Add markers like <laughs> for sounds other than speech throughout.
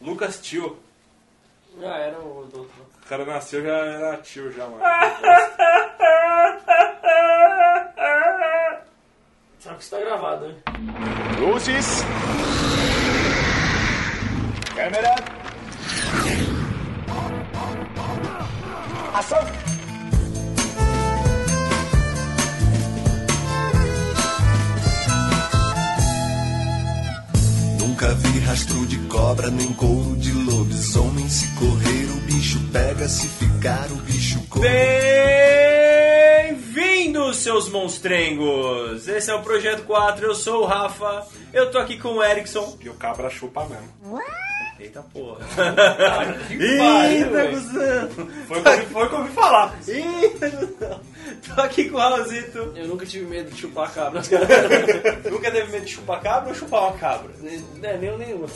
Lucas Tio. Já era o doutor. O cara nasceu já era tio já, mano. Ah! Sabe que isso tá gravado, hein? Luzes. Câmera. Ação. Nunca vi rastro de cobra, nem couro de lobisomem. Se correr, o bicho pega, se ficar, o bicho come. Bem-vindos, seus monstrengos! Esse é o Projeto 4, eu sou o Rafa, eu tô aqui com o Erickson. E o cabra chupa mesmo. Eita <laughs> porra! pariu, Eita, velho. cuzão! Foi o que eu- foi o que eu ouvi falar. Eita, cuzão! Tô aqui com o Raulzito. Eu nunca tive medo de chupar <laughs> cabra. <laughs> Nunca teve medo de chupar cabra ou chupar uma cabra? Não é nem eu, nenhum. <laughs>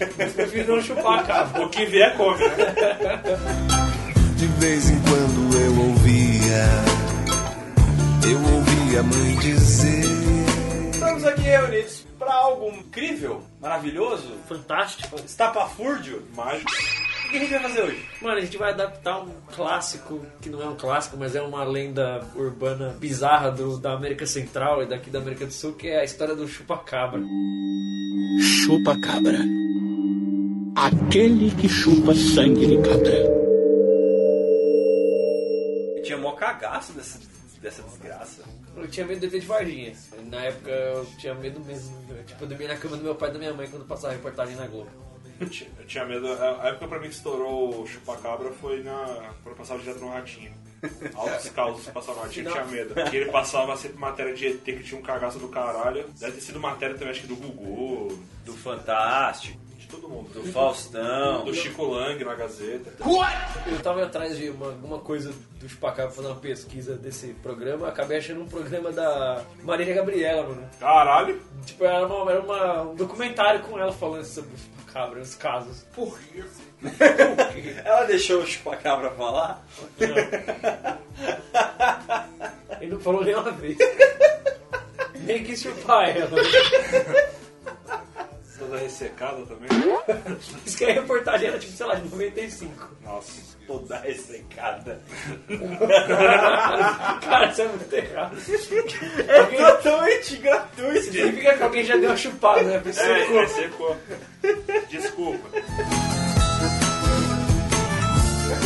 Eu prefiro não chupar cabra. O que vier come, né? De vez em quando eu ouvia, eu ouvia a mãe dizer. Estamos aqui reunidos pra algo incrível, maravilhoso, Fantástico. estapafúrdio. Mágico. O que a gente vai fazer hoje? Mano, a gente vai adaptar um clássico, que não é um clássico, mas é uma lenda urbana bizarra do, da América Central e daqui da América do Sul, que é a história do chupa-cabra. Chupa cabra. Aquele que chupa sangue de cabra. Eu tinha mó cagaço dessa, dessa desgraça. Eu tinha medo de bebê de Varginha. Na época eu tinha medo mesmo. Eu, tipo, eu dormia na cama do meu pai e da minha mãe quando passava a reportagem na Globo. Eu ti- eu tinha medo. A a época pra mim que estourou o chupacabra foi na. quando eu passava direto no ratinho. Altos causos passavam no ratinho, eu tinha medo. Que ele passava sempre matéria de ET que tinha um cagaço do caralho. Deve ter sido matéria também, acho que do Gugu, Do Fantástico, de todo mundo. do Faustão. Do Chico Lang na Gazeta. Eu tava atrás de uma- alguma coisa do Chupacabra pra fazer uma pesquisa desse programa, acabei achando um programa da Marília Gabriela, mano. Caralho! Tipo, era, uma, era uma- um documentário com ela falando sobre o Chupacabra, os casos. Por quê? Ela deixou o chupacabra falar? Ele não falou nenhuma vez. Nem quis chupar ela. Toda ressecada também. Isso que a reportagem era tipo, sei lá, de 95. Nossa. Toda ressecada. Cara, isso é muito errado. É totalmente gratuito. Significa que alguém já deu uma chupada, né? A pessoa É, ficou- ressecou. Desculpa.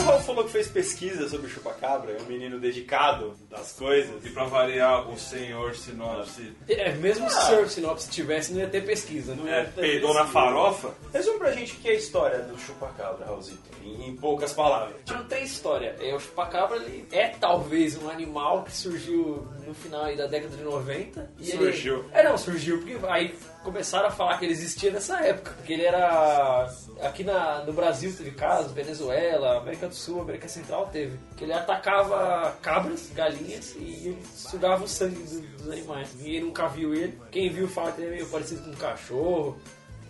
O Raul falou que fez pesquisa sobre o chupacabra, é um menino dedicado das coisas. E pra variar, o senhor sinopse É, mesmo se o senhor Sinopse tivesse, não ia ter pesquisa, não é, ia ter peidou na farofa. Resume pra gente o que é a história do chupacabra, Raulzito, em, em poucas palavras. Não tem história. É, o chupacabra ele é talvez um animal que surgiu no final aí da década de 90. e ele- Surgiu. É, não, surgiu, porque aí começaram a falar que ele existia nessa época. Porque ele era. Aqui na, no Brasil teve casos, Venezuela, América do Sul, América Central teve. Que ele atacava cabras, galinhas e ele sugava o sangue do- dos animais. Ninguém nunca viu ele. Quem viu fala que ele é meio parecido com um cachorro.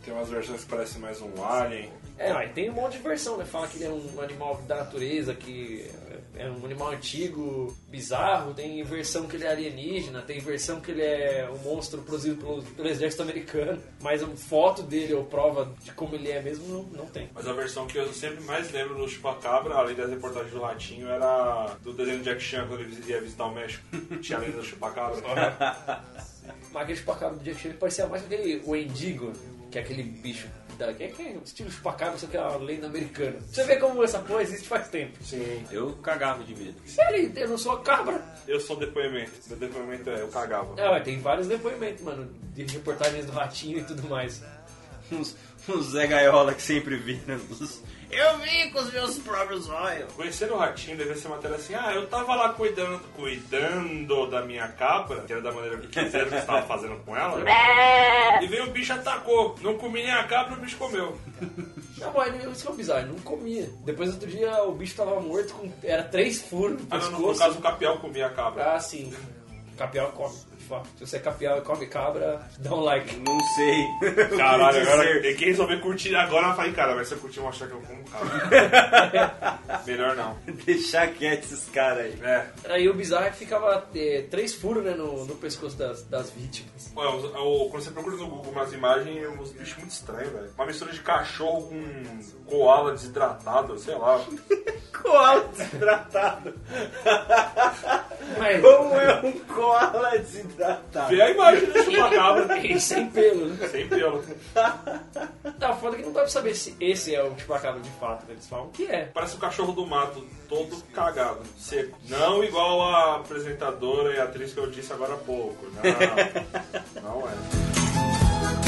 Tem umas versões que parecem mais um alien. É, aí tem um monte de versão, né? Fala que ele é um animal da natureza, que é um animal antigo, bizarro. Tem versão que ele é alienígena, tem versão que ele é um monstro produzido pelo, pelo exército americano. Mas uma foto dele ou prova de como ele é mesmo, não, não tem. Mas a versão que eu sempre mais lembro do Chupacabra, além das reportagens do Latinho, era do desenho de Jack Chan quando ele ia visitar o México. <laughs> Tinha a lenda do Chupacabra. Mas aquele chupacabra do Jack Chan ele parecia mais aquele o endigo, que é aquele bicho... Da, que é, que é um estilo chupacabra, só que é uma lenda americana. Você vê como essa porra existe faz tempo. Sim. Eu cagava de medo. Sério, eu não sou a cabra. Eu sou depoimento. Meu depoimento é eu cagava. É, ué, tem vários depoimentos, mano, de reportagens do ratinho e tudo mais. Uns, uns Zé Gaiola que sempre vinha. Uns... Eu vim com os meus próprios olhos. Conhecer o ratinho deve ser matéria assim, ah, eu tava lá cuidando, cuidando da minha cabra, que era da maneira que quiseram que você tava fazendo com ela. né? e veio o bicho e atacou. Não comi nem a cabra, o bicho comeu. Não, mas ele- isso que é um bizarro, ele não comia. Depois outro dia o bicho tava morto com. Era três furos no Ah, não, no pescoço. caso o Capiel comia a cabra. Ah, sim. Capial come, de fato. Se você é capial e come cabra, <laughs> dá um like. Não sei. <laughs> o que Caralho, agora dizer. tem que resolver curtir. Agora eu falei, cara, vai ser curtir uma achar que eu como cara. Melhor não. Deixar quieto esses caras aí. É. Aí o bizarro é que ficava é, três furos né, no, no pescoço das, das vítimas. Ué, os- o- quando você procura no Google umas imagens, é uns bichos muito estranhos, velho. Uma mistura de cachorro com koala desidratado, sei lá. Koala desidratado. Mas <laughs> Como é um koala desidratado? Vê a imagem do chupacabra. <laughs> e sem pelo, né? Sem pelo. Tá foda que não dá pra saber se esse é o chupacabra de fato, né? Eles falam que é. Parece um cachorro do mato, todo cagado, seco. Não igual a apresentadora e atriz que eu disse agora há pouco. Não, não é.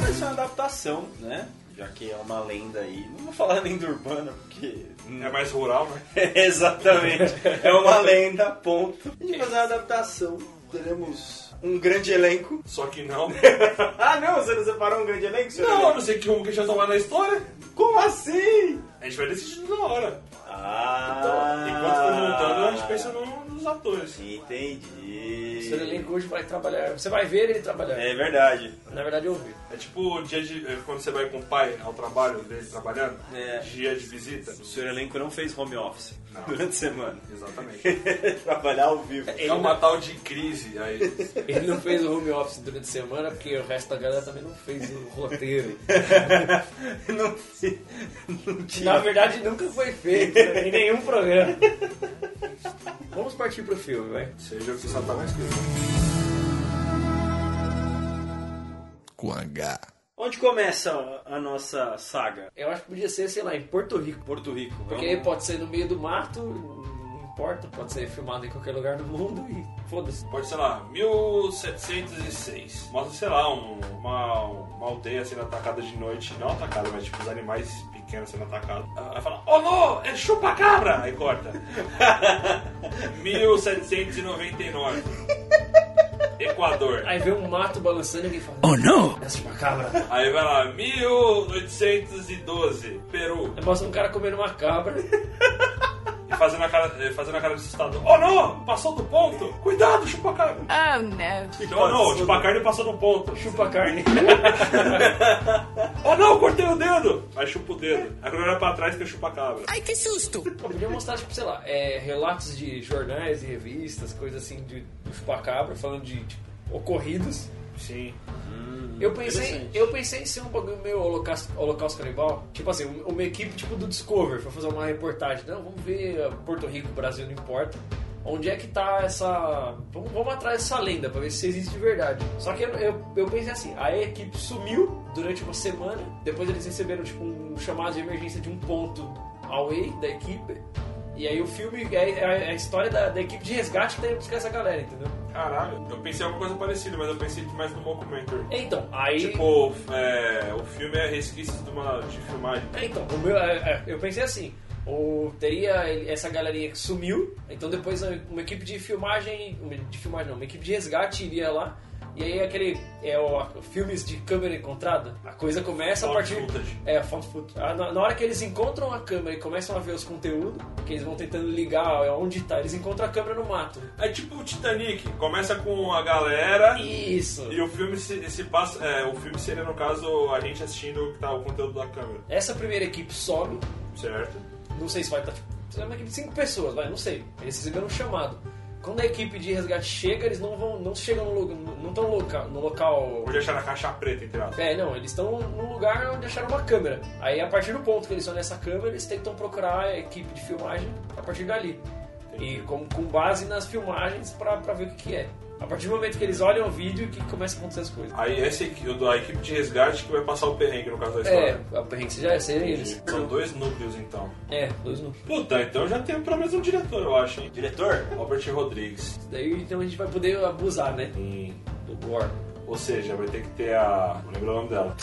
Vai ser é uma adaptação, né? Já que é uma lenda aí. Não vou falar <laughs> lenda urbana, porque. <laughs> É mais rural, né? Exatamente. É uma lenda, ponto. A gente vai fazer uma adaptação. Teremos um grande elenco. Só que não. <laughs> <laughs> Ah, não, você não separou um grande elenco? senhor Não, a elenco? não sei como que a gente vai tomar na história. Como assim? A gente vai decidir na hora. Ah, Então, enquanto tá montando, a gente pensa no- nos atores. Entendi. Seu elenco hoje vai trabalhar. Você vai ver ele trabalhar. É verdade. Na verdade, eu vi. É tipo o dia de. é, Quando você vai com o pai ao trabalho, dele trabalhando, É. dia de visita. O senhor elenco não fez home office Não. <laughs> durante a semana. então- Exatamente. Trabalhar ao vivo. É uma tal de crise aí. Ele não fez o home office durante a semana porque o resto da galera também não fez o roteiro. <laughs> Não, fi- não tinha. Na verdade, nunca foi feito né, em nenhum programa. <laughs> Vamos partir pro filme, vai. Seja o que tá Satanás quiser. Com H. Onde começa a a nossa saga? Eu acho que podia ser, sei lá, em Porto Rico. Porto Rico. Porque aí pode ser no meio do mato, não importa, pode ser filmado em qualquer lugar do mundo e foda-se. Pode, sei lá, 1706. Mostra, sei lá, um- uma, uma aldeia sendo atacada de noite. Não atacada, mas tipo os animais pequenos sendo atacados. Aí fala, oh não, é chupa-cabra! Aí corta. <laughs> 1799. Equador. Aí vê um mato balançando e alguém fala, Oh não! essa chupacabra. Aí vai lá, 1812, Peru. Aí mostra um cara comendo uma cabra. E fazendo a cara, eh, fazendo a cara de assustado. Oh não, passou do ponto. Cuidado, chupa carne. Oh no. Oh não, chupa carne passou do ponto. Chupa <laughs> carne. Oh não, cortei o dedo. Aí chupa o dedo. Aí quando olha pra trás tem chupa cabra. Ai, que susto! Eu podia mostrar, tipo, sei lá, é, relatos de jornais e revistas, coisas assim de, do chupacabra, falando de tipo, ocorridos. Sim. Eu pensei, interessante. eu pensei em ser um bagulho meio holocausto, holocausto canibal. Tipo assim, um- uma equipe tipo do Discover foi fazer uma reportagem. Não, vamos ver ah, Porto Rico, Brasil, não importa. Onde é que tá essa. Vamos, vamos atrás dessa lenda pra ver se existe de verdade. Só que eu, eu, eu pensei assim: a equipe sumiu durante uma semana, depois eles receberam tipo um chamado de emergência de um ponto away da equipe. E aí o filme é, é a- é a história da, da equipe de resgate que tá indo buscar essa galera, entendeu? Caralho, eu pensei em alguma coisa parecida, mas eu pensei mais no documentary. Então, aí. Tipo, é, o filme é resquícios de uma de filmagem. É, Então, o meu, é, é, eu pensei assim. O, teria ele- essa galerinha que sumiu, então depois a- uma equipe de filmagem. uma- De filmagem não, uma equipe de resgate iria lá. E aí aquele. É o a- filmes de câmera encontrada. A coisa começa a Found partir. footage. É, found footage. Ah, Na, na hora que eles encontram a câmera e começam a ver os conteúdos, que eles vão tentando ligar onde tá, eles encontram a câmera no mato. É tipo o Titanic. Começa com a galera Isso! E o filme se, se passa. É, o filme seria, no caso, a gente assistindo o que tá o conteúdo da câmera, Essa primeira equipe sobe, certo? Não sei se vai estar. Tipo, é uma equipe de 5 pessoas, vai, não sei. Eles receberam um chamado. Quando a equipe de resgate chega, eles não vão. não chegam no lugar. não estão no local. No local Onde achar a caixa preta, entre aspas. é, não, eles estão num lugar onde acharam uma câmera. Aí a partir do ponto que eles olham essa câmera, eles tentam procurar a equipe de filmagem a partir dali. E com, com base nas filmagens pra, pra ver o que, que é. A partir do momento que eles olham o vídeo, que começa a acontecer as coisas. Aí essa equi- o da equipe de resgate que vai passar o perrengue, no caso da É, história. a perrengue já é, seriam eles. São dois núcleos, então. É, dois núcleos. Puta, então já tem pelo menos um diretor, eu acho, hein? Diretor? Albert Rodrigues. Daí então a gente vai poder abusar, né? Sim. Do gore. Ou seja, vai ter que ter a. Não lembro o nome <laughs> dela.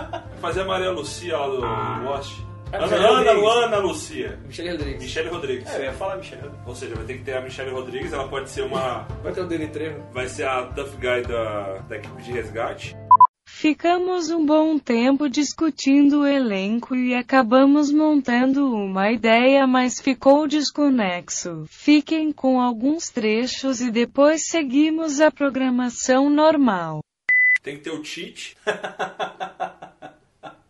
Vai Fazer a Maria Lucia lá do Lost. É, Ana, Michelle Ana, Rodrigues. Ana Lucia. Michelle Rodrigues. Michelle Rodrigues. É, eu ia falar, Michel. Ou seja, vai ter que ter a Michelle Rodrigues, ela pode ser uma. Vai ter o Danny Trejo. vai ser a tough guy da, da equipe de resgate. Ficamos um bom tempo discutindo o elenco e acabamos montando uma ideia, mas ficou desconexo. Fiquem com alguns trechos e depois seguimos a programação normal. Tem que ter o Tite. <laughs>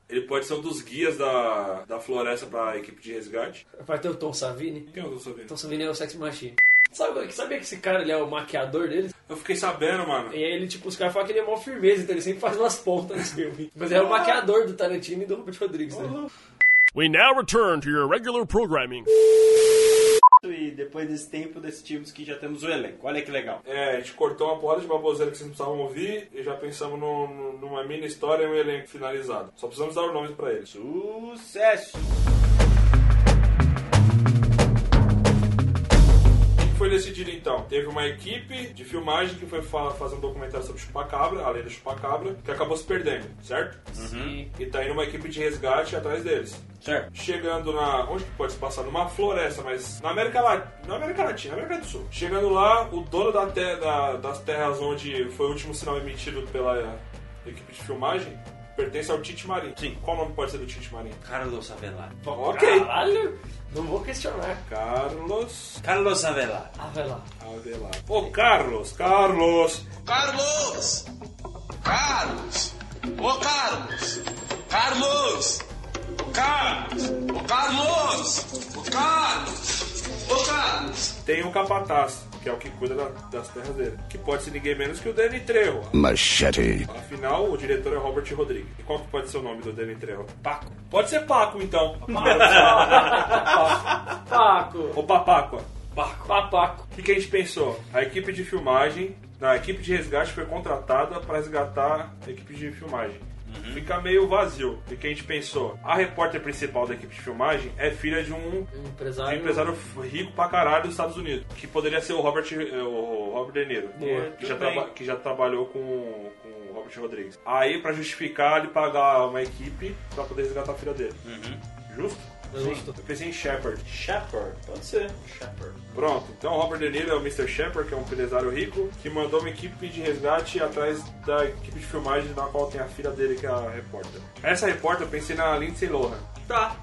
Ele pode ser um dos guias da, da floresta pra equipe de resgate. Vai ter o Tom Savini. Quem é o Sabino? Tom Savini é o Sex Machine. Sabe, sabia que esse cara ele é o maquiador deles? Eu fiquei sabendo, mano. E aí ele, tipo, os caras falam que ele é mó firmeza, então ele sempre faz umas pontas nesse filme. Mas ele era o maquiador do Tarantino e do Robert Rodrigues, né? We now return to your regular programming. E depois desse tempo decidimos que já temos o elenco. Olha que legal. É, a gente cortou uma porrada de baboseira que vocês não precisavam ouvir e já pensamos num- num- numa mini história e um elenco finalizado. Só precisamos dar o nome pra eles. Sucesso! O que foi decidido então? Teve uma equipe de filmagem que foi fa- fazer um documentário sobre o Chupacabra, a lei do Chupacabra, que acabou se perdendo, certo? Uhum. E tá indo uma equipe de resgate atrás deles. Certo. Chegando na. Onde que pode se passar? Numa floresta, mas. Na América Latina. Na América Latina, na América do Sul. Chegando lá, o dono da te- da- das terras onde foi o último sinal emitido pela eh, equipe de filmagem pertence ao Tite Marinho. Sim. Qual nome pode ser do Tite Marinho? Carlos Avelar. Ok. Caralho! Não vou questionar. Carlos Carlos Avelar. Ah, vai lá. Avelar. Ô, Carlos! Carlos! Carlos! Carlos! Ô Carlos! Carlos! Ô Carlos! Ô Carlos! Ô Carlos! Ô Carlos! Tem o capataz, que é o que cuida da- das terras dele. Que pode ser ninguém menos que o Danny Trejo. Machete. Afinal, o diretor é Robert Rodrigues. E qual que pode ser o nome do Danny Trejo? Paco. Pode ser <laughs> Paco, então. Paco! Ô, Papáqua. Paco! Papaco! O que, que a gente pensou? A equipe de filmagem, a equipe de resgate foi contratada para resgatar a equipe de filmagem. Fica meio vazio. O que que a gente pensou? A repórter principal da equipe de filmagem é filha de um, de Um um empresário. empresário rico pra caralho dos Estados Unidos, que poderia ser o Robert, eh, o Robert De Niro, Boa. que, já Tudo bem. traba- que já trabalhou com, com o Robert Rodrigues. Aí, para justificar, ele pagar uma equipe para poder resgatar a filha dele. Justo? Justo. Eu pensei em Shepard. Shepard. Pode ser. Shepard. Pronto, então o Robert De Niro é o Mr. Shepard, que é um empresário rico, que mandou uma equipe de resgate atrás da equipe de filmagem na qual tem a filha dele, que é a repórter. Essa repórter eu pensei na Lindsay Lohan, Tá.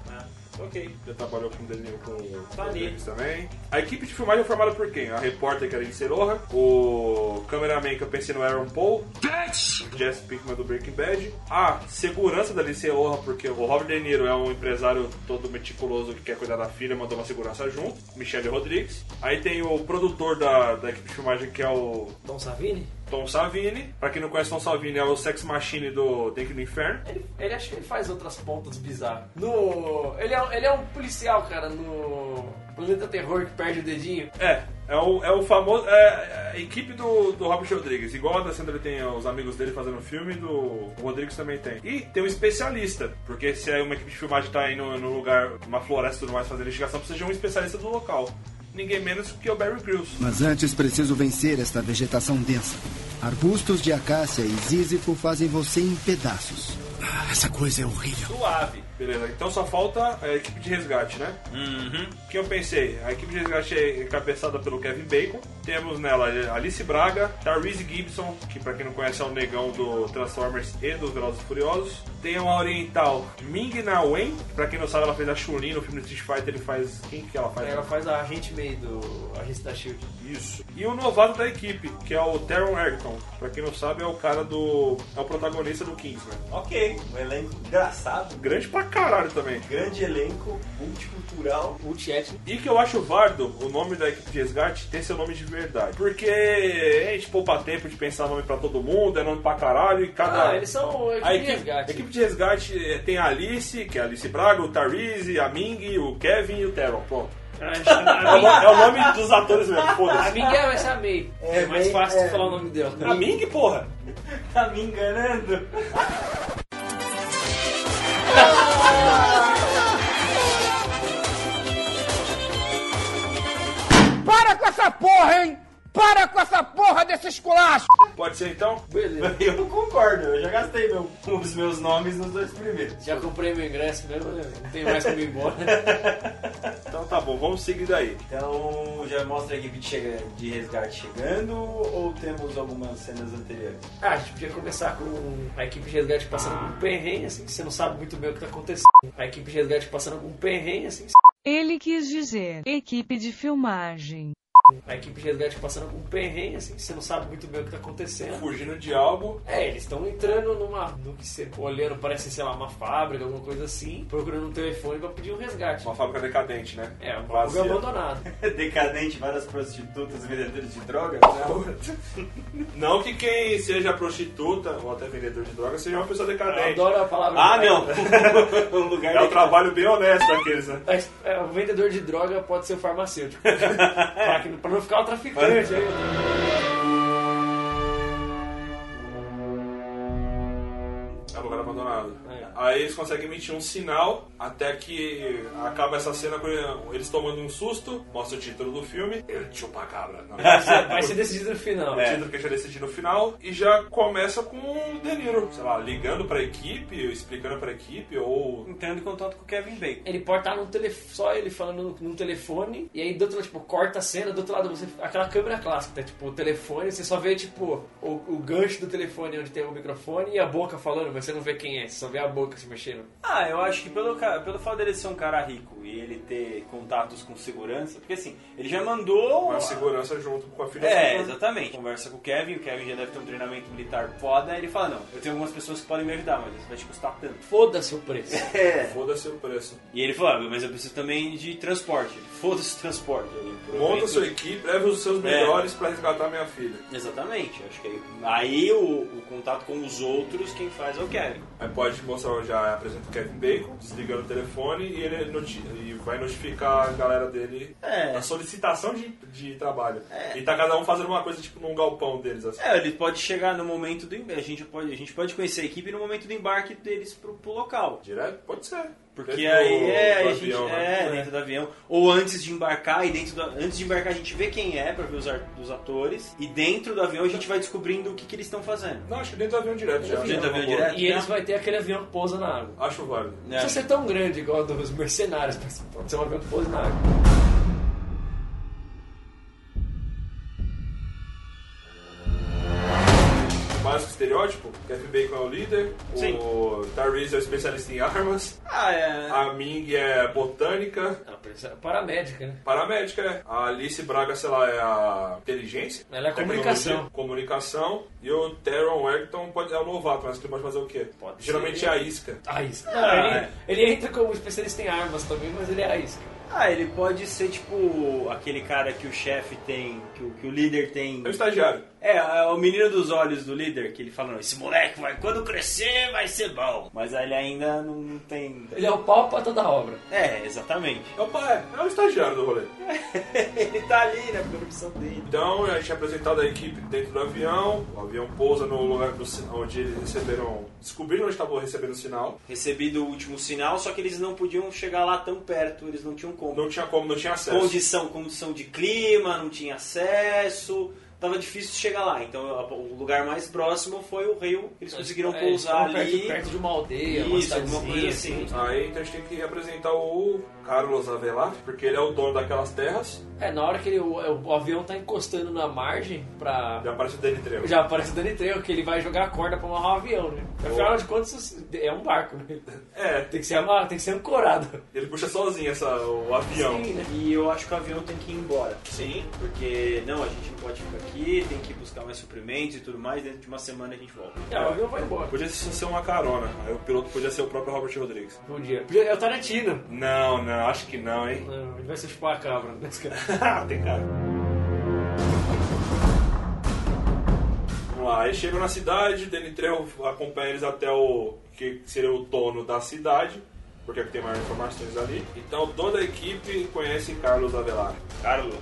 ok. que já trabalhou com o Danilo com o Tá ali. Rodrigues também. A equipe de filmagem é formada por quem? A repórter, que é a Lindsay Lohan, o cameraman, que eu pensei no Aaron Paul, Jesse Pinkman do Breaking Bad, a segurança da Lindsay Lohan, porque o Robert De Niro é um empresário todo meticuloso que quer cuidar da filha, mandou uma segurança junto, Michelle Rodrigues. Aí tem o produtor da, da equipe de filmagem, que é o Tom Savini? Tom Savini. Pra quem não conhece, Tom Savini é o sex machine do Dentro do Inferno. Ele, ele acha que ele faz outras pontas bizarras. No. Ele é, ele é um policial, cara, no. Planeta Terror que perde o dedinho. É, é o, é o famoso... É, é a equipe do, do Robert Rodrigues. Igual a da Sandra tem é, os amigos dele fazendo filme, do o Rodrigues também tem. E tem um especialista, porque se aí uma equipe de filmagem tá indo no lugar, uma floresta e tudo mais, fazendo investigação, precisa de um especialista do local. Ninguém menos que o Barry Crews. Mas antes preciso vencer esta vegetação densa. Arbustos de acácia e zízifo fazem você em pedaços. Essa coisa é horrível. Suave. Beleza, então só falta a equipe de resgate, né? O que eu pensei? A equipe de resgate é encabeçada pelo Kevin Bacon. Temos nela Alice Braga, Tyrese Gibson, que pra quem não conhece é o negão do Transformers e do Velozes e Furiosos. Tem uma oriental, Ming-Na Wen, que pra quem não sabe ela fez a Chun-Li no filme Street Fighter, ele faz... Quem que ela faz? Ela faz a agente meio do. Agente da Shield. Isso. E o novato da equipe, que é o Teron Egerton. Pra quem não sabe é o cara do... é o protagonista do Kingsman. Ok. Um elenco engraçado. Grande pra caralho também. Grande elenco. Multicultural. Multietnico. E que eu acho válido o nome da equipe de resgate ter seu nome de verdade. Porque a gente poupa tempo de pensar nome pra todo mundo, é nome pra caralho e cada. Ah, eles são. equipe de a equipe, resgate. a equipe de resgate eh, tem a Alice, que é a Alice Braga, o Tarize, a Ming, o Kevin e o Teron. Pronto. É o, nome, é o nome dos atores mesmo, A <laughs> foda-se. Miguel vai Ah, ser a May. É, May, mais fácil é. de falar o nome dela. A Ming, porra! Tá me enganando. Para com essa porra, hein? Para com essa porra desse esculacho! Pode ser então? Beleza. <laughs> Eu concordo, eu já gastei meu- os meus nomes nos dois primeiros. Já comprei meu ingresso mesmo, né? não tem mais como ir embora. Então tá bom, vamos seguir daí. Então, já mostra a equipe de, chega- de resgate chegando ou temos algumas cenas anteriores? Ah, a gente podia começar com a equipe de resgate passando por um perrengue, assim, que você não sabe muito bem o que tá acontecendo. A equipe de resgate passando por um perrengue, assim, que Ele quis dizer, equipe de filmagem. a equipe de resgate passando por um perrengue, assim, que você não sabe muito bem o que tá acontecendo. Fugindo de algo. É, eles estão entrando numa. no que você olhando, parece, sei lá, uma fábrica, alguma coisa assim, procurando um telefone pra pedir um resgate. Uma fábrica decadente, né? É, um bagulho Vazia. tá- abandonado. Decadente, várias prostitutas e vendedores de drogas? né? <laughs> Não que quem seja prostituta ou até vendedor de drogas seja uma pessoa Eu decadente. adoro a palavra. Ah, não! <laughs> um lugar É um decadente. trabalho bem honesto daqueles, né? Mas, é, o vendedor de droga pode ser o farmacêutico. pra, que- pra não ficar o traficante aí. É um lugar abandonado. É. Aí eles conseguem emitir um sinal até que acaba essa cena com eles tomando um susto. Mostra o título do filme. El Chupacabra. Não, Vai ser É. decidido no final. O título que já decidi no final e já começa com o De Niro, sei lá, ligando pra equipe, explicando pra equipe, ou Entrando em contato com o Kevin Bacon. Ele pode estar num telef... só ele falando num telefone, e aí do outro lado, tipo, corta a cena, do outro lado você. Aquela câmera clássica, tá? Tipo, o telefone, você só vê, tipo, o, o gancho do telefone onde tem o microfone e a boca falando, mas você não vê quem é, você só vê a boca se mexendo. Ah, eu acho que pelo, ca- pelo fato dele ser um cara rico e ele ter contatos com segurança, porque assim, ele já mandou. com a segurança junto com a filha É, dela. exatamente. Conversa com o Kevin, o Kevin já deve ter um treinamento militar foda, aí ele fala, não, eu tenho algumas pessoas que podem me ajudar, mas isso vai te custar tanto. Foda-se o preço. É. Foda-se o preço. E ele fala, "Ah, mas eu preciso também de transporte. Ele, Foda-se o transporte. Ele Monta aproveita- a sua equipe, leve os seus melhores pra resgatar minha filha. Exatamente, acho que aí, aí o, o contato com os outros, quem faz é o Kevin. Aí pode mostrar, já apresenta o Kevin Bacon, desligando o telefone e ele noti- e vai notificar a galera dele É. a solicitação de, de trabalho. E tá cada um fazendo uma coisa tipo num galpão deles, assim. É, ele pode chegar no momento do embarque. A gente pode, a gente pode conhecer a equipe no momento do embarque deles pro, pro local. Direto? Pode ser. Porque Dentro aí do- é, do a gente, avião, é, né? dentro do avião. Ou antes de embarcar, e dentro do, antes de embarcar a gente vê quem é pra ver os, ar- os atores. E dentro do avião a gente vai descobrindo o que, que eles estão fazendo. Não, acho que dentro do avião direto já. Dentro do avião Uma boa. direto? E eles vão ter aquele avião que pousa na água. Acho válido. Não né? precisa ser tão grande igual a dos mercenários, mas pode ser um avião que pousa na água. Básico estereótipo, Kevin Bacon é o líder, Sim. o Tyrese é o especialista em armas, Ah, é. a Ming é botânica, Não, precisa- paramédica, né? paramédica, é. a Alice Braga, sei lá, é a inteligência. Ela é a Tecnologia, comunicação. Comunicação. E o Teron Egerton pode, é o novato, mas que pode fazer o quê? Pode Geralmente ser. é a isca. A isca. Ah, ele, é. ele entra como especialista em armas também, mas ele é a isca. Ah, ele pode ser tipo aquele cara que o chefe tem, que o, que o líder tem. É o estagiário. É, é o menino dos olhos do líder, que ele fala, não, esse moleque vai, quando crescer vai ser bom. Mas ele ainda não tem. Ele é o pau pra toda obra. É, exatamente. É o pai, é o estagiário do rolê. <laughs> ele tá ali na corrupção dele. Então a gente é apresentado a equipe dentro do avião, o avião pousa no lugar do, sin- onde eles receberam. Descobriram onde estavam recebendo o sinal. Recebido o último sinal, só que eles não podiam chegar lá tão perto, eles não tinham como. Não tinha como, não tinha acesso. Condição, condição de clima, não tinha acesso, tava difícil chegar lá. Então a- o lugar mais próximo foi o rio, eles conseguiram É, Então, pousar eles ficam ali. Perto, perto de uma aldeia, uma Isso, alguma cidadezinha, coisa assim. Aí então a gente tem que apresentar o Carlos Avelar, porque ele é o dono daquelas terras. assim. É, na hora que ele- o, o avião tá encostando na margem pra. Já aparece o Danny Trejo. Já aparece o Danny Trejo, que ele vai jogar a corda pra amarrar o avião, né? Afinal de contas, isso é um barco, né? É, Tem que ser amarrado, tem que ser ancorado. ele puxa sozinho essa, o avião. Sim, né? E eu acho que o avião tem que ir embora. Sim. Porque, não, a gente não pode ficar aqui, tem que buscar mais suprimentos e tudo mais, dentro de uma semana a gente volta. É, o avião vai embora. Podia ser uma carona, aí o piloto podia ser o próprio Robert Rodrigues. Bom dia. Podia- É o Tarantino. Não, não, acho que não, hein? Não, ele vai ser chupar a cabra. né, esse cara? <laughs> Tem cara. Vamos lá, aí chegam na cidade, o Danny Trejo acompanha eles até o que seria o dono da cidade, porque é que tem mais informações ali. Então toda a equipe conhece Carlos Avelar. Carlos,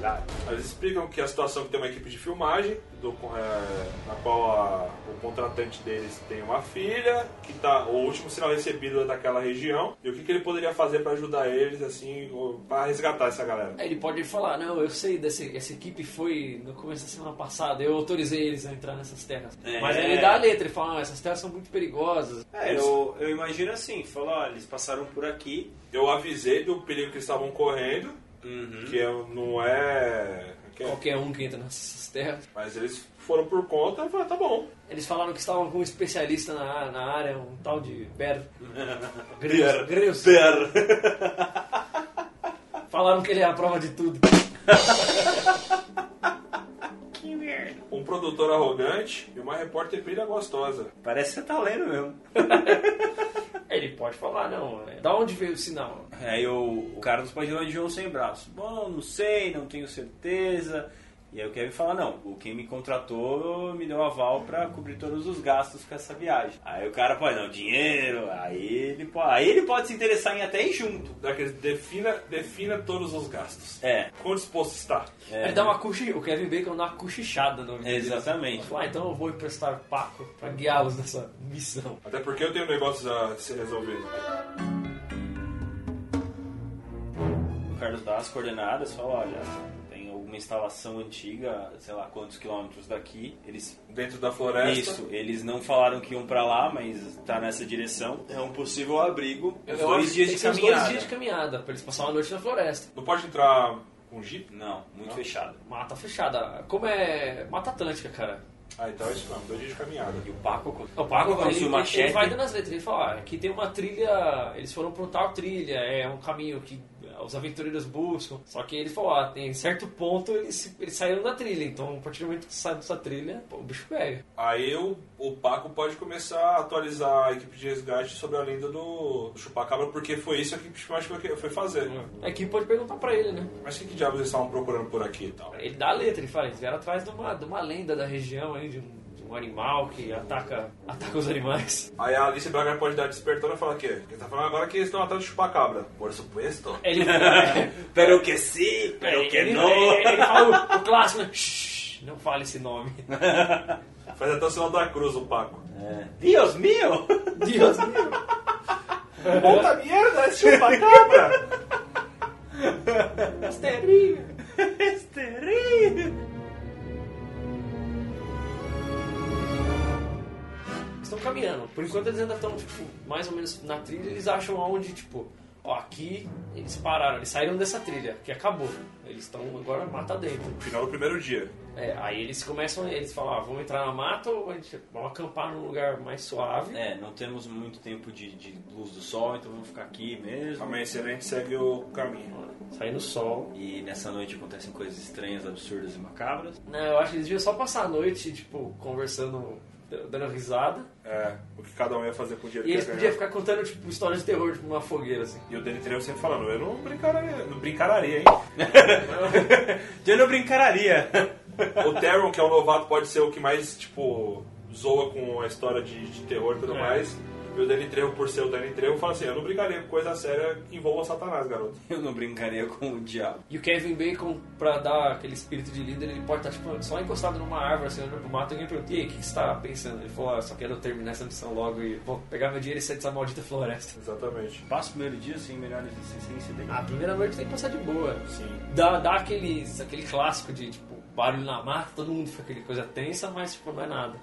lá. é Eles explicam que a situação que tem uma equipe de filmagem, do- é, na qual a- o contratante deles tem uma filha, que tá o último sinal recebido é daquela região, e o que, que ele poderia fazer pra ajudar eles, assim, ou- pra resgatar essa galera. Aí ele pode falar, não, eu sei, dessa, essa equipe foi no começo da semana passada, eu autorizei eles a entrar nessas terras. É. Mas aí ele dá a letra e fala, não, essas terras são muito perigosas. É, eu, eu imagino assim, falou, ó, eles passaram por aqui. Eu avisei do perigo que eles estavam correndo, Uhum. que é- não é... que é- Qualquer um que entra nessas terras. Mas eles foram por conta e falaram, tá bom. Eles falaram que estavam com um especialista na, na área, um tal de <laughs> Ber. Ber. Greus. Greus. Falaram que ele é a prova de tudo. Um produtor arrogante e uma repórter brilha gostosa. <laughs> Parece que você tá lendo mesmo. Ele pode falar, não, é, da onde veio o sinal? Aí o, o cara dos pajilões de João sem braço. Bom, não sei, não tenho certeza. E aí o Kevin fala, não, o quem me contratou me deu aval pra cobrir todos os gastos com essa viagem. Aí o cara pode, não, dinheiro, aí ele pode, aí ele pode se interessar em até ir junto. Daqueles, defina, defina todos os gastos. É, Quão disposto está? é, Ele dá um uma cuchi... O Kevin Bacon dá uma cochichada no ouvido deles. Exatamente. Fala, ah, então eu vou emprestar Paco pra guiá-los nessa missão. Até porque eu tenho negócios a ser resolvido. O Carlos dá as coordenadas, fala, olha, tem alguma instalação antiga, sei lá quantos quilômetros daqui. Eles Dentro da floresta. Isso, eles não falaram que iam pra lá, mas tá nessa direção. É um possível abrigo. Os Eu acho É dois que dias de tem que ser uns caminhada. dois dias de caminhada, pra eles passarem uma noite na floresta. Não pode entrar com jeep? Não, muito fechado. Mata fechada. Como é Mata Atlântica, cara. Ah, então é isso mesmo. Dois dias de caminhada. E o Paco, O Paco com ele, seu ele- machete. ele vai dando as letras. Ele fala, ah, aqui tem uma trilha... Eles foram pra tal trilha. É um caminho que os aventureiros buscam. Só que ele falou, ah, em certo ponto eles, se- eles saíram da trilha. Então, a partir do momento que saem dessa trilha, pô, o bicho pega. Aí o, o Paco pode começar a atualizar a equipe de resgate sobre a lenda do, do Chupacabra, porque foi isso que o Chupacabra que- foi fazer. Aqui É pode perguntar pra ele, né? Mas o que, que diabos eles estavam procurando por aqui e tal? Ele dá a letra, ele fala, eles vieram atrás de uma, de uma lenda da região aí, de um, de um animal que ataca, ataca os animais. Aí a Alice Braga pode dar despertando e falar que ele tá falando agora que eles estão atrás do Chupacabra. Por supuesto. Ele, Pero que sim, pero que ele, não. ele- ele fala o, o clássico, né? Shhh, não fale esse nome. Faz até o sinal da cruz o Paco. É. Dios mío! Deus meu. Puta merda, esse Chupacabra! Esterinho. Esterinho! Eles estão caminhando. Por enquanto eles ainda estão, tipo, mais ou menos na trilha, eles acham aonde, tipo, ó, aqui eles pararam, eles saíram dessa trilha, que acabou. Eles estão agora mata dentro. Final do primeiro dia. É, aí eles começam, eles falam, ah, vamos entrar na mata ou a gente, vamos acampar num lugar mais suave. né? É, não temos muito tempo de, de luz do sol, então vamos ficar aqui mesmo. Amanhecer a gente segue o caminho. Sair no sol. E nessa noite acontecem coisas estranhas, absurdas e macabras. <laughs> Não, Né, eu acho que eles deviam só passar a noite, tipo, conversando, d- dando risada. É, o que cada um ia fazer com o dinheiro E que eles ia podiam ganhar. ficar contando, tipo, histórias de terror, tipo, numa fogueira, assim. E o Denetreu sempre falando, eu não brincararia, não brincararia, hein? <laughs> Eu não brincararia! O Terron, que é o novato, pode ser o que mais, tipo, zoa com a história de, de terror e tudo É. mais. E o Denetreu, por ser o Denetreu, fala assim, eu não brincaria com coisa séria que envolva Satanás, garoto. Eu não brincaria com o diabo. E o Kevin Bacon, pra dar aquele espírito de líder, ele pode estar, tipo, só encostado numa árvore, assim, olhando pro mato, e alguém pergunta, e aí, o que você tá pensando? Ele falou, ah, só quero terminar essa missão logo e vou pegar meu dinheiro e sair dessa maldita floresta. Exatamente. Passa o primeiro dia sem melhores sem sem incidentes. A primeira noite tem que passar de boa. Sim. Dá, dá aqueles, aquele clássico de, tipo, barulho na mata, todo mundo fica aquele coisa tensa, mas, tipo, não é nada.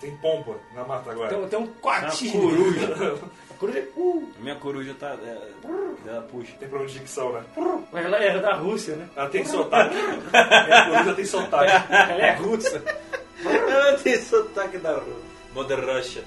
Tem pompa na mata agora. Tem, tem um a quartinho. <laughs> coruja. A coruja é... Uh, A minha coruja tá. é, ela <laughs> puxa. Tem problema de dicção, né? mas ela era da Rússia, <laughs> né? Ela <laughs> tem sotaque. a coruja É, tem sotaque. Ela é russa. Ela tem sotaque da Mother Russia.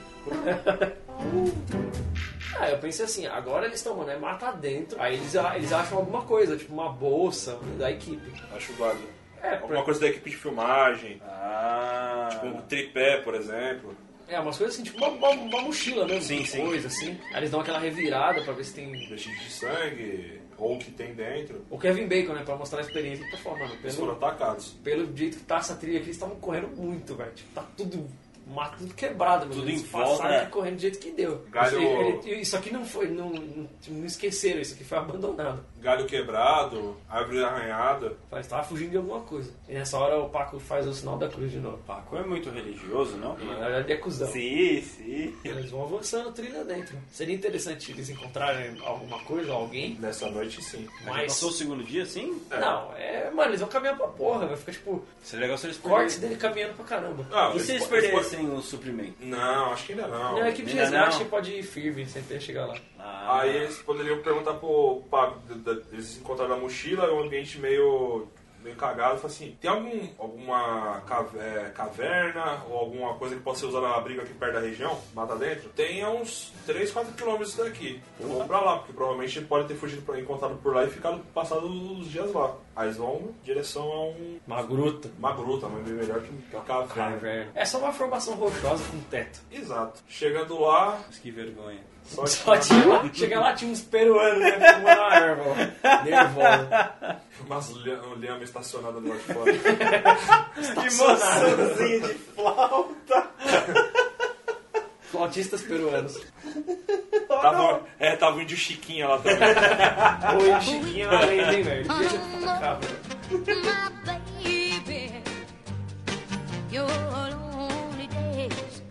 Ah, eu pensei assim, agora eles estão, mano, é matar dentro. Aí eles, a- eles acham alguma coisa, tipo uma bolsa da equipe. Acho válido. É, pra- Alguma coisa da equipe de filmagem, Ah. tipo um tripé, por exemplo. é umas coisas assim, tipo uma, uma, uma mochila mesmo. Sim, de sim. Coisa assim. Aí eles dão aquela revirada pra ver se tem... vestígios de sangue, ou o que tem dentro, O Kevin Bacon, né, pra mostrar a experiência. Ele tá falando, mano, eles foram pelo, atacados. pelo jeito que tá essa trilha aqui, eles estavam correndo muito, velho. Tipo, tá tudo mato tudo quebrado, mano. Tudo Eles em passaram volta, aqui é. correndo do jeito que deu. Galho- Isso, ele- isso aqui não foi, não, não, não esqueceram, isso aqui foi abandonado. Galho quebrado, árvore arranhada. Mas tava fugindo de alguma coisa. E nessa hora o Paco faz o sinal da cruz de novo. Paco é muito religioso, não? Na verdade é cuzão. Sim, sim. Eles vão avançando trilha dentro. Seria interessante eles encontrarem alguma coisa, alguém, Nessa noite, sim. Mas mas. passou o segundo dia, sim? Não, é. Mano, eles vão caminhar pra porra, vai ficar tipo, Seria legal se eles cortes perderem. dele caminhando pra caramba. Não, E se eles é podem- perdessem o suprimento? Não, acho que ainda não. E a equipe de ainda resgate não. pode ir firme sem ter chegar lá. Ah, Aí eles poderiam perguntar pro Pablo, da- da- eles encontraram a mochila, um ambiente meio, meio cagado, falaram assim, tem algum, alguma cave- é, caverna ou alguma coisa que possa ser usada na briga aqui perto da região, mata dentro? Tem a uns 3, 4 quilômetros daqui. Vamos pra lá, porque provavelmente ele pode ter fugido, pra, encontrado por lá e ficado passado os dias lá. Aí eles vão em direção a um, Uma gruta. uma gruta, Ah, mas bem melhor que uma caverna. É só uma formação rochosa com teto. <laughs> Exato. Chegando lá, Mas que vergonha. só Só tinha lá, chega lá, tinha uns peruanos, né? fumando uma árvore. Nervosa. umas lha- lhamas estacionadas do lado de fora. Que moçãozinha de flauta. Flautistas peruanos. Tava, é, tava o índio Chiquinha lá também. Ah, tá Oi, Chiquinho é uma lenda, hein, velho? Ah. Deixa eu tocar, velho. My baby, your lonely days.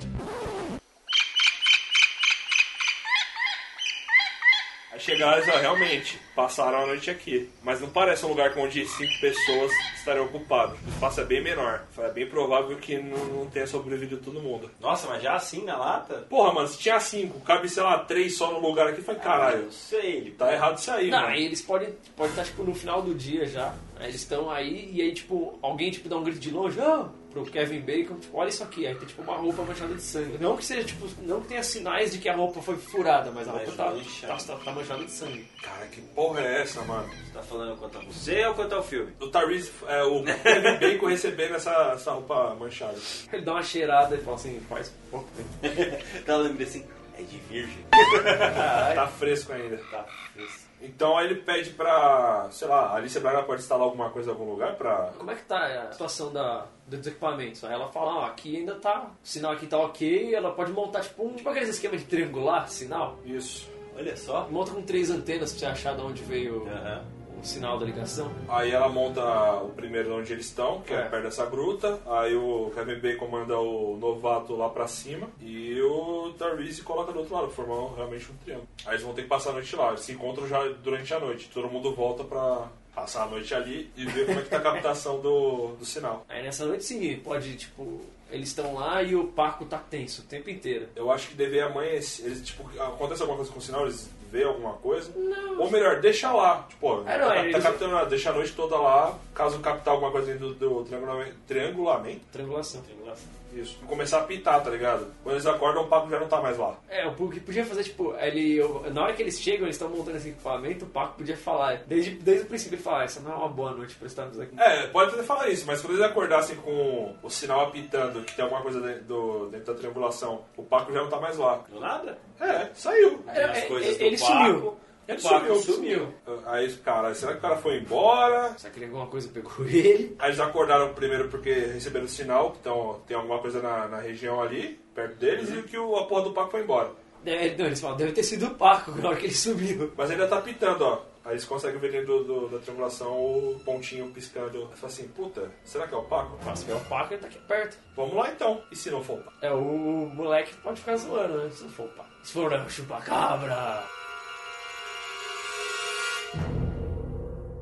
Aí chegaram e disseram, realmente, passaram a noite aqui. Mas não parece um lugar onde cinco pessoas estariam ocupadas. O espaço é bem menor. É bem provável que não, não tenha sobrevivido todo mundo. Nossa, mas já assim na lata? Porra, mano, se tinha cinco, cabe, sei lá, três só no lugar aqui, foi caralho. Eu sei, ele Tá errado isso aí, Não, mano. aí eles podem pode estar, tipo, no final do dia já. Aí eles estão aí e aí, tipo, alguém, tipo, dá um grito de longe, ah, pro Kevin Bacon, tipo, olha isso aqui. Aí tem, tipo, uma roupa manchada de sangue. Não que seja, tipo, não que tenha sinais de que a roupa foi furada, mas a Mas roupa tá, manchada. tá- tá manchada de sangue. Cara, que porra é essa, mano? tá falando quanto a você ou quanto ao filme? O Tyrese, é, o <laughs> Kevin Bacon recebendo essa, essa roupa manchada. Ele dá uma cheirada e fala assim, faz pouco tempo. <laughs> Tá lembrando assim, é de virgem. Tá fresco ainda. Tá, isso. Então aí ele pede pra, sei lá, a Alicia Braga pode instalar alguma coisa em algum lugar pra... Como é que tá a situação da, dos equipamentos? Aí ela fala, ó, aqui ainda tá, o sinal aqui tá ok, ela pode montar tipo um, tipo aqueles esquema de triangular, sinal. Isso. Olha só. Monta com três antenas pra você achar de onde veio Aham. o sinal da ligação. Aí ela monta o primeiro onde eles estão, que é, É. perto dessa gruta. Aí o Kevin Bacon manda o novato lá pra cima. E o Darviz coloca do outro lado, formando realmente um triângulo. Aí eles vão ter que passar a noite lá. Eles se encontram já durante a noite. Todo mundo volta pra passar a noite ali e ver como é que tá a captação do, do sinal. Aí nessa noite sim, pode, tipo, eles estão lá e o Paco tá tenso o tempo inteiro. Eu acho que deveria amanhecer. Eles, tipo, acontece alguma coisa com o sinal, eles vê alguma coisa. Ou melhor, deixa lá. Tipo, ó, É, tá, não, tá eles- captando nada, deixa a noite toda lá. Caso captar alguma coisa dentro do, do triangula- triangulamento. Triangulação. Isso. Começar a pintar, tá ligado? Quando eles acordam, o Paco já não tá mais lá. É, o Paco podia fazer, tipo, ele, eu- na hora que eles chegam, eles estão montando esse equipamento, o Paco podia falar, desde, desde o princípio ele fala, "Ah, essa não é uma boa noite pra estarmos aqui. É, pode até falar isso, mas quando eles acordassem com o sinal apitando que tem alguma coisa dentro, do- dentro da triangulação, o Paco já não tá mais lá. Do nada? É, saiu. É, As é, coisas do ele Paco. sumiu. Ele é, O Paco sumiu, Ah, sumiu. Aí, cara, será que o cara foi embora? Será que alguma coisa pegou <laughs> ele? Aí eles acordaram primeiro porque receberam o sinal, então tem alguma coisa na, na região ali, perto deles, Uhum. e que o, a porra do Paco foi embora. É, não, eles falam, deve ter sido o Paco <laughs> na hora que ele sumiu. Mas ainda tá pitando, ó. Aí eles conseguem ver dentro do- do- da triangulação o pontinho piscando. Eu falo assim, puta, será que é o Paco? Nossa, se é o Paco, ele tá aqui perto. Vamos lá então. E se não for? É, o moleque pode ficar zoando, né? Se não for o Paco. Se for o chupacabra.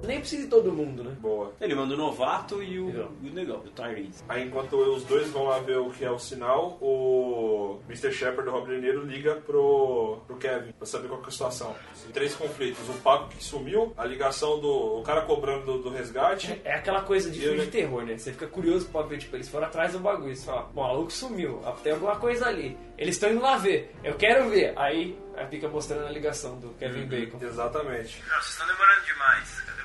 Nem precisa de todo mundo, né? Boa. Ele manda o novato e o, Legal. e o negão, o Tyrese. Aí enquanto os dois vão lá ver o que é o sinal, o Mr. Shepard, o Rob De Niro, liga pro, pro Kevin pra saber qual que é a situação. Três conflitos. O Paco que sumiu, a ligação do o cara cobrando do, do resgate. É aquela coisa de Eu, filme né? de terror, né? Você fica curioso pra ver, tipo, eles foram atrás do bagulho. Você fala, "Bom, o maluco sumiu, ah, tem alguma coisa ali. Eles estão indo lá ver, eu quero ver. Aí, aí fica mostrando a ligação do Kevin Bacon. Exatamente. Não, vocês estão demorando demais. Cadê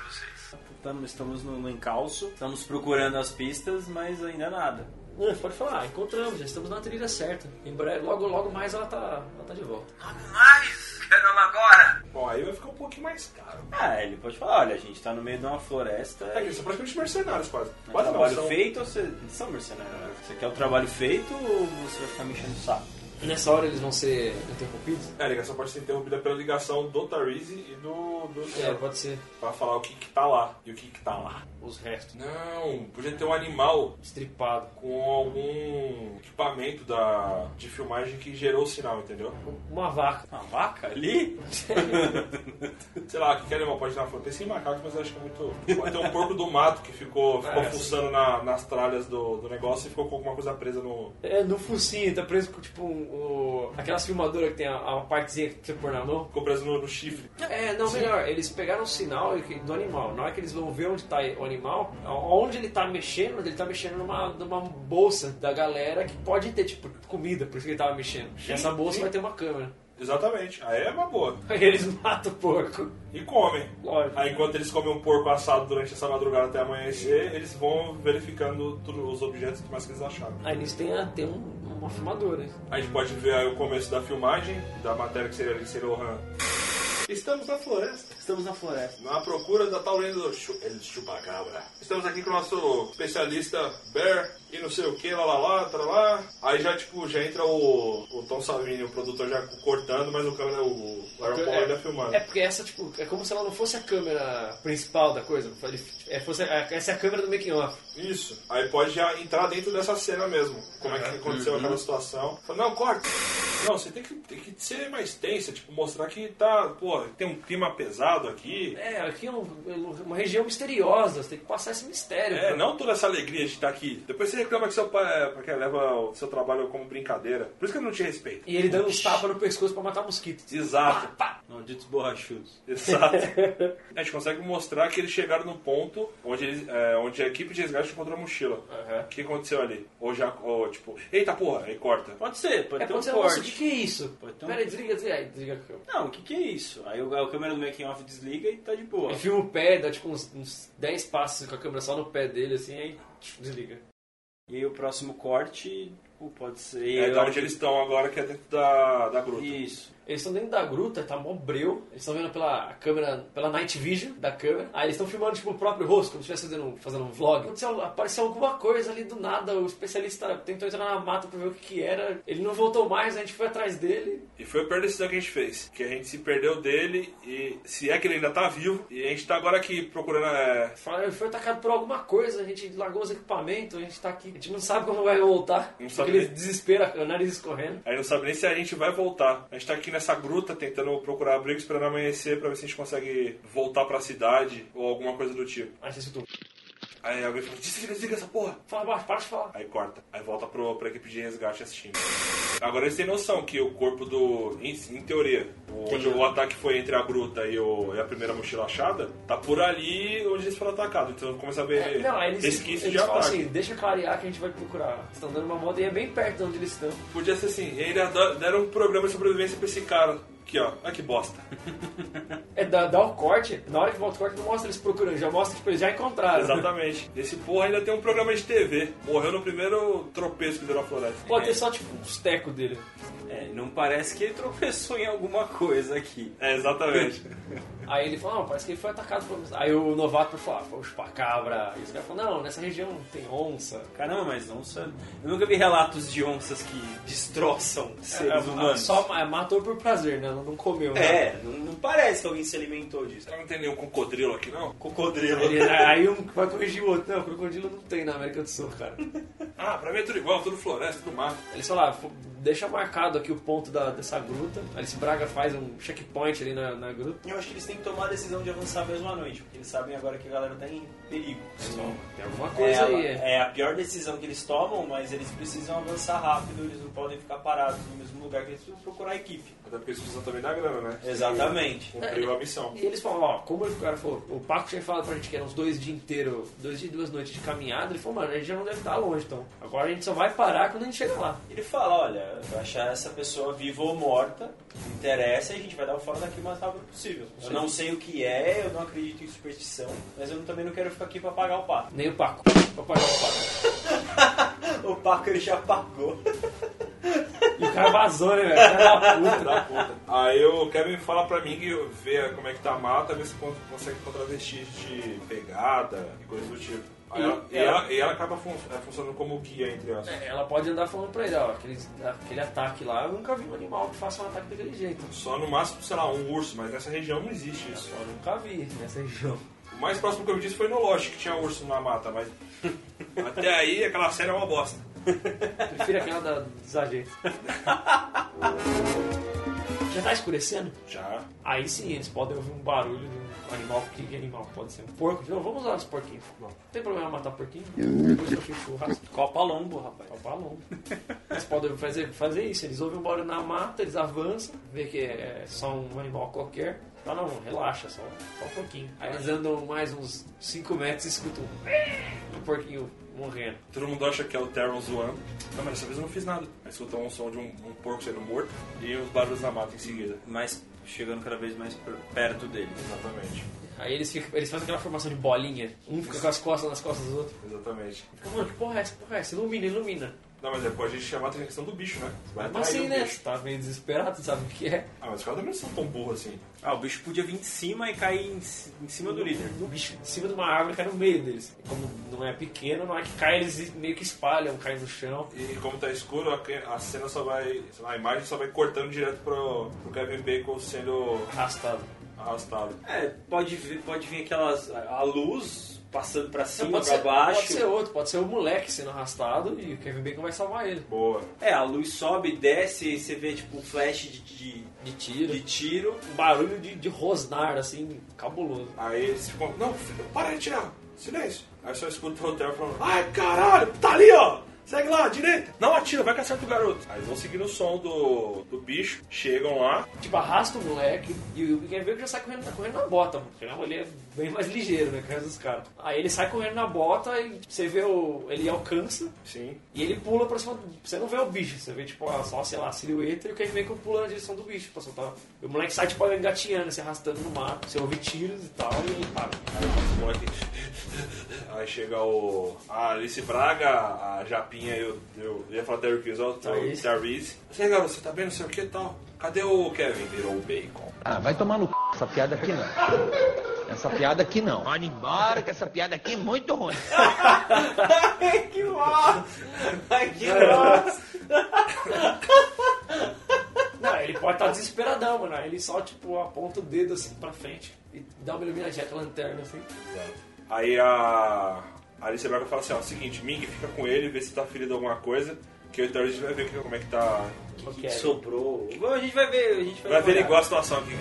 Tá, vocês? Estamos no, no encalço, estamos procurando as pistas, mas ainda nada. Não, pode falar, encontramos, já estamos na trilha certa. Em breve, logo, logo mais ela tá, ela tá de volta. Mas, caramba, agora! Bom, aí vai ficar um pouquinho mais caro. Ah, ele pode falar, olha, a gente tá no meio de uma floresta. É, eles são praticamente mercenários quase. É Quase não, trabalho são- feito ou você. Eles são mercenários. Você quer o trabalho feito ou você vai ficar me enchendo o saco? Nessa hora eles vão ser interrompidos? É, a ligação pode ser interrompida pela ligação do Tarizi e do. do É, pode ser. Pra falar o que que tá lá e o que que tá lá. Os restos. Não, podia ter um animal Estripado. com algum equipamento da, de filmagem que gerou o sinal, entendeu? Uma vaca. Uma Ah, vaca ali? Sei lá, que animal pode estar na floresta? Tem macacos, mas eu acho que é muito. Pode ter um porco do mato que ficou, <laughs> ficou É, fuçando na- nas tralhas do, do negócio e ficou com alguma coisa presa no. É, no focinho, tá preso com tipo um, o- aquelas filmadoras que tem a, a partezinha que você põe na mão. Ficou preso no, no chifre. É, não, melhor, eles pegaram o sinal do animal. Na hora que eles vão ver onde tá o animal, onde ele tá mexendo, ele tá mexendo numa, numa bolsa da galera que pode ter, tipo, comida, por isso que ele tava mexendo. E essa bolsa vai ter uma câmera. <laughs> Exatamente. Aí é uma boa. Aí eles matam o porco. E comem. Lógico. Aí enquanto eles comem um porco assado durante essa madrugada até amanhecer, eles vão verificando tudo- os objetos que mais que eles acharam. Aí eles têm, a- tem um- uma filmadora. A gente pode ver aí o começo da filmagem, da matéria que seria ali, que seria o Han. Estamos na floresta, Estamos na floresta. na procura da tal lenda do chu El Chupacabra. Estamos aqui com o nosso especialista Bear e não sei o que, lá lá lá, tá lá. Aí já tipo, já entra o, o Tom Savini, o produtor já cortando, mas o câmera, o Aaron Paul ainda filmando. É porque essa, tipo, é como se ela não fosse a câmera principal da coisa. Ele- É, fosse a- essa é a câmera do making off. Isso. Aí pode já entrar dentro dessa cena mesmo. Como é que aconteceu aquela situação. Fala, não, corta. Não, você tem que, tem que ser mais tensa, tipo, mostrar que tá, pô, tem um clima pesado aqui. É, aqui é um- uma região misteriosa, você tem que passar esse mistério. É, não toda essa alegria de estar aqui. Depois você reclama que seu pai é, porque leva o seu trabalho como brincadeira. Por isso que ele não te respeita. <laughs> E ele dando uns tapas no pescoço pra matar mosquito. Exato, Malditos borrachudos. exato. a gente consegue mostrar que eles chegaram no ponto onde, eles, é, onde a equipe de resgate encontrou a mochila. O que aconteceu ali? Ou já, ou tipo, eita porra, aí corta. Pode ser, pode É ter quando você um nossa, o corte. que, que é isso? Pode ter um- Pera aí, desliga, desliga. Aí, desliga a câmera. Não, o que, que é isso? Aí o- a câmera do making off desliga e tá de boa. Ele filma o pé, dá tipo uns, uns 10 passos com a câmera só no pé dele, assim, aí tchum, desliga. E aí o próximo corte tipo, pode ser. É da onde eles estão agora, que é dentro da, da gruta. Isso. Eles estão dentro da gruta, tá mó breu. Eles estão vendo pela câmera, pela night vision da câmera. Aí eles estão filmando tipo o próprio rosto, como se estivesse fazendo, um- fazendo um vlog. Aconteceu- apareceu alguma coisa ali do nada, o especialista tentou entrar na mata pra ver o que, que era. Ele não voltou mais, a gente foi atrás dele. E foi a pior decisão que a gente fez. Que a gente se perdeu dele e se é que ele ainda tá vivo. E a gente tá agora aqui procurando. É... Falaram, ele foi atacado por alguma coisa, a gente largou os equipamentos, a gente tá aqui. A gente não sabe como vai voltar. Não sabe Aquele nem. desespero, o nariz escorrendo. Aí não sabe nem se a gente vai voltar. A gente tá aqui nessa gruta tentando procurar abrigo, esperando amanhecer pra ver se a gente consegue voltar pra cidade ou alguma coisa do tipo. Aí você escutou. Aí alguém fala: desliga, desliga essa porra. Fala baixo, para de falar. Aí corta. Aí volta pro, pra equipe de resgate assistindo. Agora eles têm noção que o corpo do. Em, em teoria, o- onde o ataque foi entre a gruta e, o- e a primeira mochila achada, tá por ali onde eles foram atacados. Então começa a É, ver não, aí eles, resquício eles de falam ataque. assim, deixa clarear que a gente vai procurar. Eles estão dando uma moda e é bem perto de onde eles estão. Podia ser assim, eles da- deram um programa de sobrevivência pra esse cara. Aqui, ó. Olha <laughs> que bosta. É, dá, dá o corte, na hora que volta o corte não mostra eles procurando, já mostra que tipo, eles já encontraram. Exatamente. Esse porra ainda tem um programa de TV. Morreu no primeiro tropeço que deu na floresta. Pode ter só tipo uns tecos dele. É, não parece que ele tropeçou em alguma coisa aqui. É, <laughs> exatamente. Aí ele fala, não, parece que ele foi atacado por... Aí o novato pode falar, foi o chupacabra. E os caras falam, não, nessa região tem onça. Caramba, mas onça. Eu nunca vi relatos de onças que destroçam seres É, humanos. Só é, matou por prazer, né? Não, não comeu, né? É, não, não parece que alguém se alimentou disso. Então Não tem nenhum cocodrilo aqui, não? Cocodrilo. Ele- aí um vai corrigir o outro. Não, crocodilo não tem na América do Sul, cara. Ah, pra mim é tudo igual, tudo floresta, tudo mato. Eles falaram, "Fo- deixa marcado aqui o ponto da, dessa gruta. Aí esse Braga faz um checkpoint ali na, na gruta. Eu acho que eles têm que tomar a decisão de avançar mesmo à noite, porque eles sabem agora que a galera tá em perigo. Tem alguma É, coisa ela- aí. é a pior decisão que eles tomam, mas eles precisam avançar rápido, eles não podem ficar parados no mesmo lugar que eles precisam procurar a equipe. Até porque eles precisam também da grana, né? É. Exatamente. Cumpriu a <laughs> missão. E eles falam, ó, como o cara falou, o Paco tinha falado pra gente que eram uns dois dias inteiros, dois dias e duas noites de caminhada, ele falou, mano, a gente já não deve estar longe, então. Agora a gente só vai parar quando a gente chegar lá. Ele fala, olha, eu achar essa pessoa viva ou morta, não interessa, a gente vai dar o fora daqui o mais rápido possível. Eu não sei o que é, eu não acredito em superstição, mas eu também não quero ficar aqui pra pagar o pato. Nem o Paco. Pra pagar o Paco. O <laughs> o Paco ele já pagou. E o cara vazou, né, velho? Filho da puta. Aí o Kevin fala pra mim que vê como é que tá a mata, vê se con- consegue encontrar vestígios de pegada e coisas do tipo. Aí E ela, e ela- ela- e ela acaba fun- é, funcionando como guia entre as. É, Ela pode andar falando pra ele, ó, aquele, aquele ataque lá, eu nunca vi um animal que faça um ataque daquele jeito. Só no máximo, sei lá, um urso, mas nessa região não existe isso. Eu nunca vi nessa região. O mais próximo que eu vi disso foi no Lost, que tinha urso na <laughs> mata, mas até aí aquela série é uma bosta. Prefiro aquela da desajeito. <laughs> Já tá escurecendo? Já. Aí sim, eles podem ouvir um barulho de um animal. Que que animal pode ser? Um porco? Não, vamos usar os porquinhos. Não, não tem problema matar porquinho. Depois eu fiz churrasco. Copa Lombo, rapaz. Copa longo. Eles podem fazer, fazer isso. Eles ouvem um barulho na mata, eles avançam, vê que é só um animal qualquer. Ah, não, relaxa, só, só um pouquinho. Aí eles andam mais uns 5 metros e escutam um um porquinho morrendo. Todo mundo acha que é o Terrell zoando. Não, mas dessa vez eu não fiz nada. Aí escutou um som de um, um porco sendo morto e os barulhos na mata em seguida. Mas chegando cada vez mais per- perto dele. Exatamente. Aí eles, ficam, eles fazem aquela formação de bolinha. Um fica com as costas nas costas dos outros. Exatamente. Fica, Mano, que porra é essa? Que porra é essa? Ilumina, ilumina. Não, mas depois a gente chama a atenção do bicho, né? Vai Mas atrair assim, o né? bicho. Tá meio desesperado, sabe o que é? Ah, mas os caras também não são tão burros assim. Ah, o bicho podia vir de cima e cair em, ci- em cima do líder. O bicho em cima de uma árvore cai no meio deles. E Como não é pequeno, na hora que cai, eles meio que espalham, caem no chão. E como tá escuro, a, a cena só vai. A imagem só vai cortando direto pro, pro Kevin Bacon sendo Arrastado. arrastado. É, pode vir, pode vir aquelas. a luz passando pra Não, cima, Então, pode, pra ser, baixo. pode ser outro, pode ser o moleque sendo arrastado e o Kevin Bacon vai salvar ele. Boa. É, a luz sobe, desce, e você vê tipo um flash de, de, De tiro. de tiro. Um barulho de, de rosnar, assim, cabuloso. Aí eles ficam. Não, filho, para de tirar! Silêncio! Aí só escuta o hotel falando: Ai caralho, tá ali ó! Segue lá, direita! Não atira, vai que acerta o garoto! Aí eles vão seguindo o som do, do bicho, chegam lá, Tipo, arrasta o moleque e o Kevin Bacon já sai correndo, tá correndo na bota, mano. Porque ele é bem mais ligeiro, né, que o resto dos caras. Aí ele sai correndo na bota e você vê o... ele alcança sim, e ele pula pra cima do... Você não vê o bicho, você vê, tipo, a- só, sei lá, a silhueta e o Kevin Bacon pula na direção do bicho pra soltar. E o moleque sai, tipo, engatinhando, se arrastando no mato. Você ouve tiros e tal e ele para. o moleque. Aí chega o. A Alice Braga, a Japinha e o. Eu ia falar Derrick Rizzo, o Tyrese. Tyrese. Você garoto, você tá bem, não sei o que e tal. Cadê o Kevin? Virou o bacon. Ah, vai tomar no c... essa piada aqui não. Essa piada aqui não. Pode ir embora que essa piada aqui é muito ruim. que massa! Ai, que massa! Não, ele pode estar desesperadão, mano. Aí Ele só, tipo, aponta o dedo assim pra frente e dá uma iluminadinha com a lanterna assim. Aí a. a Alice Braga fala assim: ó, seguinte, Ming, fica com ele, vê se tá ferido alguma coisa, que o Tyrese vai ver que- como é que tá Porque é- Sobrou. Bom, a gente vai ver, a gente vai Vai averiguar a situação aqui.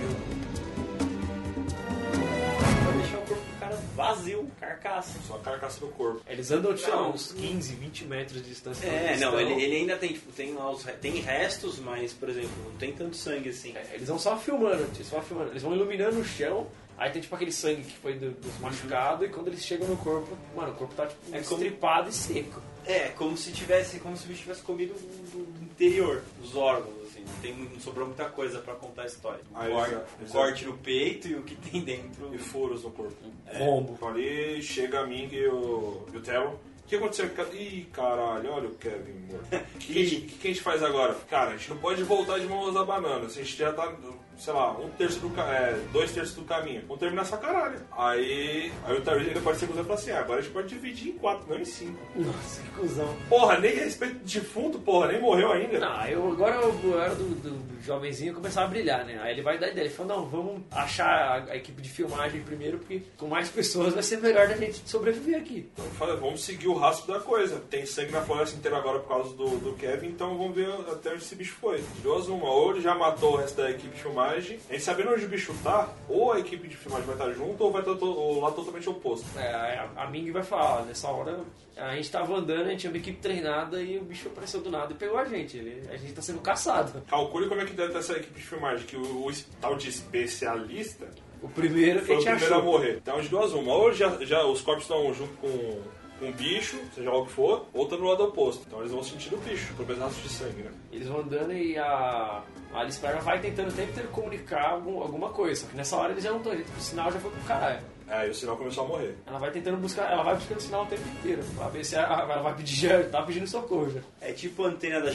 Vai deixar o corpo do cara vazio, carcaça. Só a carcaça do corpo. Eles andam, tipo, Não. uns 15, 20 metros de distância. É, Eles não, estão- ele, ele ainda tem, tipo, tem lá os. re- Tem restos, mas, por exemplo, não tem tanto sangue assim. É, Eles vão só filmando, tio, só filmando. Eles vão iluminando o chão, aí tem, tipo, aquele sangue que foi do- dos machucados, e quando eles chegam no corpo, mano, o corpo tá, tipo, É como- estripado e seco. É, como se tivesse, como se o bicho tivesse comido do, do interior, os órgãos, assim. Não, tem, não sobrou muita coisa pra contar a história. O Aí, cor- exato, o exato. corte no peito e o que tem dentro. E furos no corpo. Combo. Então, Ali chega a Ming e o, e o Terrell. O que aconteceu? Ca- Ih, caralho, olha o Kevin morto. O que, que a gente- que a gente faz agora? Cara, a gente não pode voltar de mãos da banana. A gente já tá, sei lá, um terço do ca- é, dois terços do caminho. Vamos terminar essa caralho. Aí, aí o Terrell ainda pode ser usado e falar assim: ah, agora a gente pode dividir em quatro, não em cinco. Nossa, que cuzão. Porra, nem respeito defunto, porra, nem morreu ainda. Não, aí eu, agora eu, eu era do, do jovenzinho começava a brilhar, né? Aí ele vai dar ideia. Ele falou, não, vamos achar a, a equipe de filmagem primeiro, porque com mais pessoas vai ser melhor da gente sobreviver aqui. Então, eu falei, vamos seguir o rastro da coisa. Tem sangue na floresta inteira agora por causa do, do Kevin, então vamos ver até onde esse bicho foi. De duas uma, ou ele já matou o resto da equipe de filmagem, a gente sabendo onde o bicho tá, ou a equipe de filmagem vai estar junto, ou vai estar to- o lado totalmente oposto. É, aí a, a Ming vai falar, ó, nessa hora a gente tava andando, a gente tinha uma equipe treinada e o bicho apareceu do nada e pegou a gente. Ele- a gente tá sendo caçado. Calcule como é que deve estar essa equipe de filmagem, que o, o es- tal de especialista O primeiro que foi a o gente primeiro a achou. morrer. Então, de duas uma, ou já, já os corpos estão junto com, com o bicho, seja lá o que for, ou estão no lado oposto. Então eles vão sentir o bicho, por pedaço de sangue, né? Eles vão andando e a, a Alice Braga vai tentando o tempo inteiro comunicar algum- alguma coisa. Só que nessa hora eles já não estão, o sinal já foi pro caralho. É, Aí o sinal começou a morrer. Ela vai tentando buscar, ela vai buscando sinal o tempo inteiro. Pra ver se a- ela vai pedir, <laughs> já tá pedindo socorro já. É tipo a antena da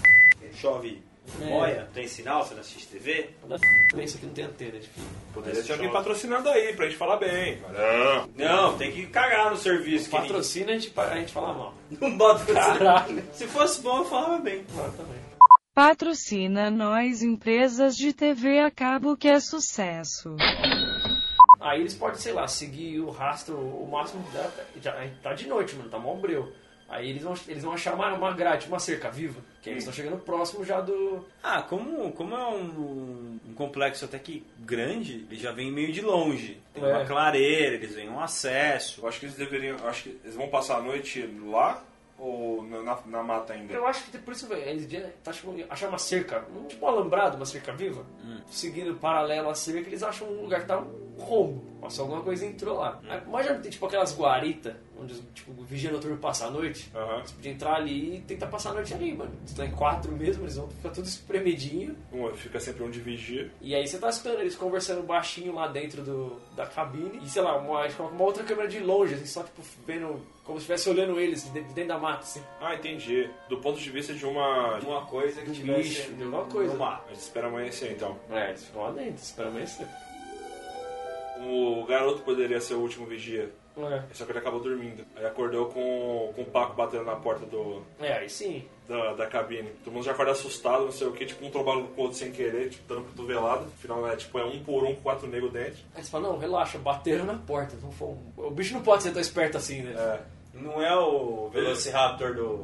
chove. É. Olha, tem sinal, você não assiste TV? Da pensa que não tem antena, tipo. Poderia um ter alguém patrocinando aí, pra gente falar bem. Não, Não, tem que cagar no serviço. um Patrocina a gente, pa- a gente fala mal. <laughs> Não bota Caralho. Se fosse bom, eu falava bem. Patrocina nós empresas de TV a cabo que é sucesso. Aí eles podem, sei lá, seguir o rastro o máximo que dá. Já, tá de noite, mano, tá mó breu. Aí eles vão, eles vão achar uma, uma grade, uma cerca viva. Que eles estão chegando próximo já do. Ah, como, como é um, um complexo até que grande, ele já vem meio de longe. Tem É. uma clareira, eles vêm um acesso. Eu acho que eles deveriam. eu acho que eles vão passar a noite lá ou na, na- na mata ainda? Eu acho que por isso velho, eles de- tá, tipo, achar uma cerca, um- tipo um alambrado, uma cerca viva. Seguindo paralelo à cerca, eles acham um lugar que tá um rombo. Nossa, alguma coisa entrou lá. Aí, Mas já não tem tipo aquelas guaritas, onde tipo, o vigia noturno passa a noite. Você podia entrar ali e tentar passar a noite ali, mano. Você tá em quatro mesmo, eles vão ficar tudo espremidinho. Um, fica sempre um de vigia. E aí você tá escutando eles conversando baixinho lá dentro do, da cabine. E sei lá, uma, a gente coloca uma outra câmera de longe, assim, só tipo vendo, como se estivesse olhando eles de, de dentro da mata, assim. Ah, entendi. Do ponto de vista de uma. De uma coisa que tivesse- de alguma coisa. A gente espera amanhecer então. É, eles ficam lá dentro, esperam amanhecer. O garoto poderia ser o último vigia. É. Só que ele acabou dormindo. Aí acordou com, com o Paco batendo na porta do. É, aí sim. Da, da cabine. Todo mundo já acorda assustado, não sei o que, tipo, um trombado com o outro sem querer, tipo, dando cotovelada. Afinal, é tipo, é um por um, quatro negros dentro. Aí você fala, não, relaxa, bateram na porta. Não foi um- O bicho não pode ser tão esperto assim, né? Não é o Velociraptor do,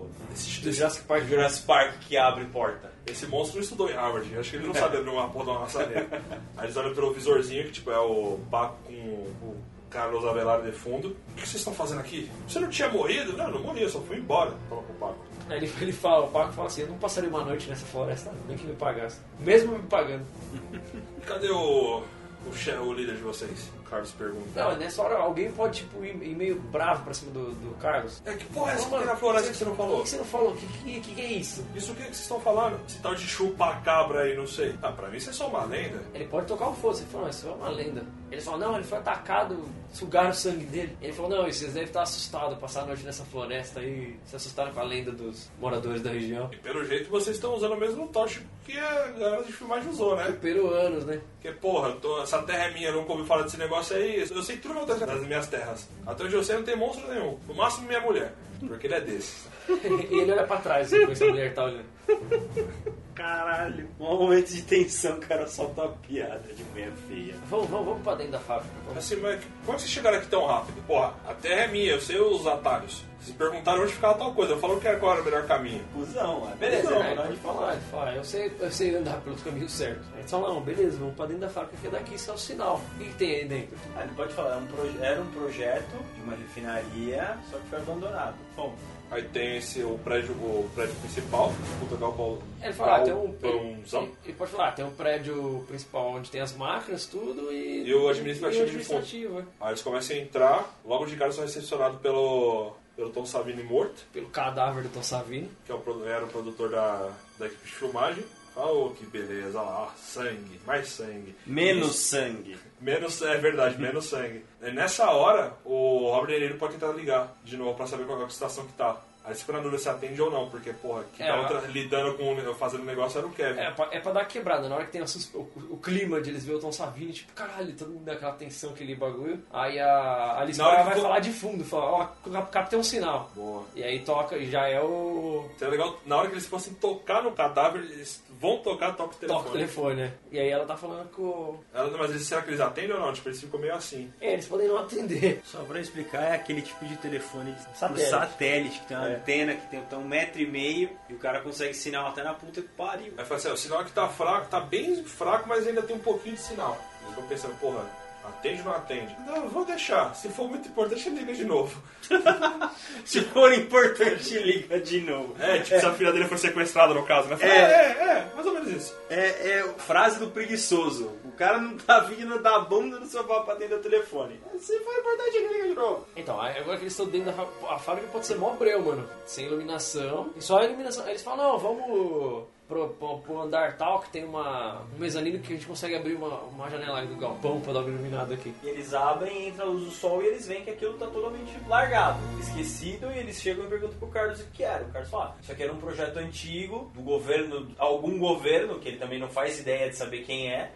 do Jurassic Park. Jurassic Park que abre porta. Esse monstro não estudou em Harvard, acho que ele não sabe abrir uma porta de uma maçaneta. Aí eles olham pelo visorzinho, que tipo é o Paco com o Carlos Avelar de fundo. O que vocês estão fazendo aqui? Você não tinha morrido? Não, eu não morri, eu só fui embora. Fala pro Paco. Aí ele, ele fala, o Paco fala assim, eu não passaria uma noite nessa floresta, nem que me pagasse. Mesmo me pagando. E cadê o, o, che- o líder de vocês? O Carlos pergunta. Não, nessa hora alguém pode, tipo, ir, ir meio bravo pra cima do, do Carlos. É, que porra é essa que tem na floresta que você não falou? O que você não falou? O que, que, que- que é isso? Isso o que, que vocês estão falando? Esse tal de chupa-cabra aí, não sei. Ah, pra mim isso é só uma lenda. Ele pode tocar o fogo. Você falou, isso é uma lenda. Ele falou, não, ele foi atacado, sugaram o sangue dele. Ele falou, não, vocês devem estar assustados, passar a noite nessa floresta aí, se assustaram com a lenda dos moradores da região. E pelo jeito vocês estão usando o mesmo tóxico que a galera de filmagem usou, né? Peruanos, né? <laughs> Porque, porra, eu tô- essa terra é minha, eu nunca ouvi falar desse negócio aí. Eu sei tudo das das minhas terras. Até onde eu sei, não tem monstro nenhum. No máximo, minha mulher. Porque ele é desse. e ele olha pra trás, assim, com essa mulher que tá olhando. Caralho, um momento de tensão, o cara solta uma piada de meia feia. Vamos, vamos, vamos pra dentro da fábrica. vamos. Assim, mas como é que vocês chegaram aqui tão rápido? Porra, a terra é minha, eu sei os atalhos. Vocês perguntaram onde ficava tal coisa. Eu falo que agora é o melhor caminho. Cusão, é Beleza, beleza, não, né? não, Pode falar, ele fala, eu sei, eu sei andar pelos caminhos certos. Aí eles falam, não, beleza, vamos pra dentro da fábrica que é daqui, isso é o sinal. O que, que tem aí dentro? Ah, ele pode falar, é um proje- era um projeto de uma refinaria, só que foi abandonado. Bom, Aí tem esse, o prédio, o prédio principal. Vou pegar o pau. Ele fala, ah, tem um. pãozão. Ele, ele pode falar, ah, tem um prédio principal onde tem as máquinas, tudo e. E o administrativo e o de fundo. administrativo, é. Aí eles começam a entrar. Logo de cara, são recepcionados pelo, pelo Tom Savini morto. Pelo cadáver do Tom Savini. que é o produ- era o produtor da, da equipe de filmagem. Oh, que beleza, olha lá, ó, sangue, mais sangue. menos Isso- sangue. Menos, é <laughs> verdade, menos sangue. É, Nessa hora, o Robert De Niro pode tentar ligar de novo pra saber qual é a situação que tá. Aí você fica na dúvida se atende ou não, porque, porra, que É, tava a- tra- lidando com, fazendo negócio era o Kevin. É pra, é pra dar uma quebrada, na hora que tem a sus- o, o clima de eles verem o Tom Savini, tipo, caralho, todo mundo daquela tensão, aquele bagulho. Aí a Alice Na hora Braga que vai to- falar de fundo, fala, ó, o Cap- Cap tem um sinal. Boa. E aí toca, e já é o. Então é legal, na hora que eles fossem tocar no cadáver, eles vão tocar, toca o telefone. Toca o telefone, né? E aí ela tá falando com. Ela, mas eles, será que eles atendem ou não? Tipo, eles ficam meio assim. É, eles podem não atender. Só pra explicar, é aquele tipo de telefone de Satélite. satélite, satélite que tem uma É. antena que tem então, um metro e meio e o cara consegue sinal até na puta que pariu. Aí fala assim, ó, o sinal que tá fraco, tá bem fraco, mas ainda tem um pouquinho de sinal. Eles ficam pensando, porra, atende ou não atende? Não, vou deixar. Se for muito importante, liga de novo. <laughs> Se for importante, liga de novo. É, tipo, se a filha dele foi sequestrada no caso, né? Fala, É. é, é, é, mais ou menos isso. É, é frase do preguiçoso. O cara não tá vindo da bunda do sofá pra atender o telefone. Se for importante, liga de novo. Então, aí agora que eles estão dentro da fábrica, a fábrica pode ser mó breu, mano. Sem iluminação. E só a iluminação. Aí eles falam, não, vamos. pro, pro, pro andar tal, que tem uma, um mezanino que a gente consegue abrir uma, uma janela do galpão pra dar uma iluminada aqui. E eles abrem, entra a luz do sol e eles veem que aquilo tá totalmente largado, esquecido, e eles chegam e perguntam pro Carlos o que era. O Carlos fala, isso aqui era um projeto antigo, do governo, algum governo, que ele também não faz ideia de saber quem é.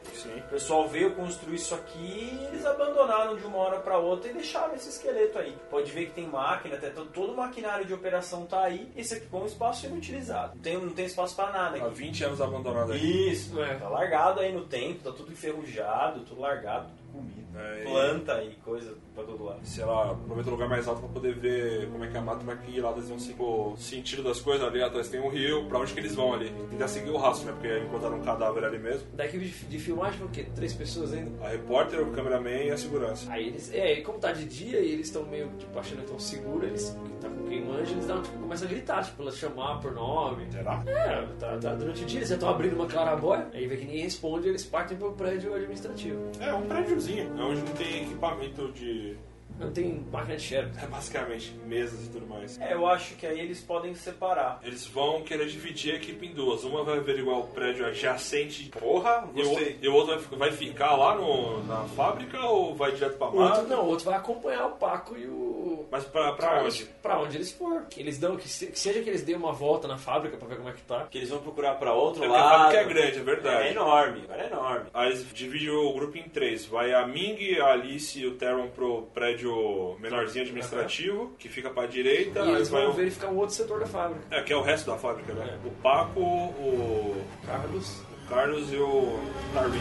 O pessoal veio construir isso aqui e eles abandonaram de uma hora pra outra e deixaram esse esqueleto aí. Pode ver que tem máquina, até todo, todo o maquinário de operação tá aí, e esse aqui ficou um espaço inutilizado. Não tem, não tem espaço pra nada aqui. Há 20 anos abandonado aí. Isso, tá largado aí no tempo, tá tudo enferrujado, tudo largado, tudo comido. Planta É, e coisa pra todo lado. Sei lá, aproveita o lugar mais alto pra poder ver como é que é a mata, como é que lá eles vão seguir o sentido das coisas ali atrás. Tem um rio, pra onde que eles vão ali? Tentar seguir o rastro, né? Porque encontraram um cadáver ali mesmo. Da equipe de, de filmagem foi o quê? Três pessoas ainda? A repórter, o cameraman e a segurança. Aí eles, é, e como tá de dia e eles estão meio, tipo, achando que tão seguro, eles, que tá com quem manja, eles dão, tipo, começam a gritar, tipo, elas chamar por nome. Será? É, tá, tá durante o dia, eles já estão abrindo uma clarabóia, aí vê que ninguém responde, eles partem pro prédio administrativo. É, um prédiozinho. É onde não tem equipamento de... <laughs> Não tem máquina de xerox. É basicamente mesas e tudo mais. É, eu acho que aí eles podem separar. Eles vão querer dividir a equipe em duas. Uma vai averiguar o prédio adjacente. Porra, e o, gostei. e o outro vai fi- vai ficar lá no- na fábrica ou vai direto pra O outro mata? não, o outro vai acompanhar o Paco e o. Mas pra, pra Carlos onde? É Pra onde eles for. Que eles dão, que, se- que seja que eles dêem uma volta na fábrica pra ver como é que tá. Que eles vão procurar pra outro É porque a lado. fábrica é grande, é verdade. É enorme, cara, é enorme. Aí eles dividem o grupo em três. Vai a Ming, a Alice e o Theron pro prédio menorzinho administrativo, que fica pra direita. e aí eles vai vão o... verificar um outro setor da fábrica. É, que é o resto da fábrica, né? O Paco, o Carlos. o Carlos e o Tarvin.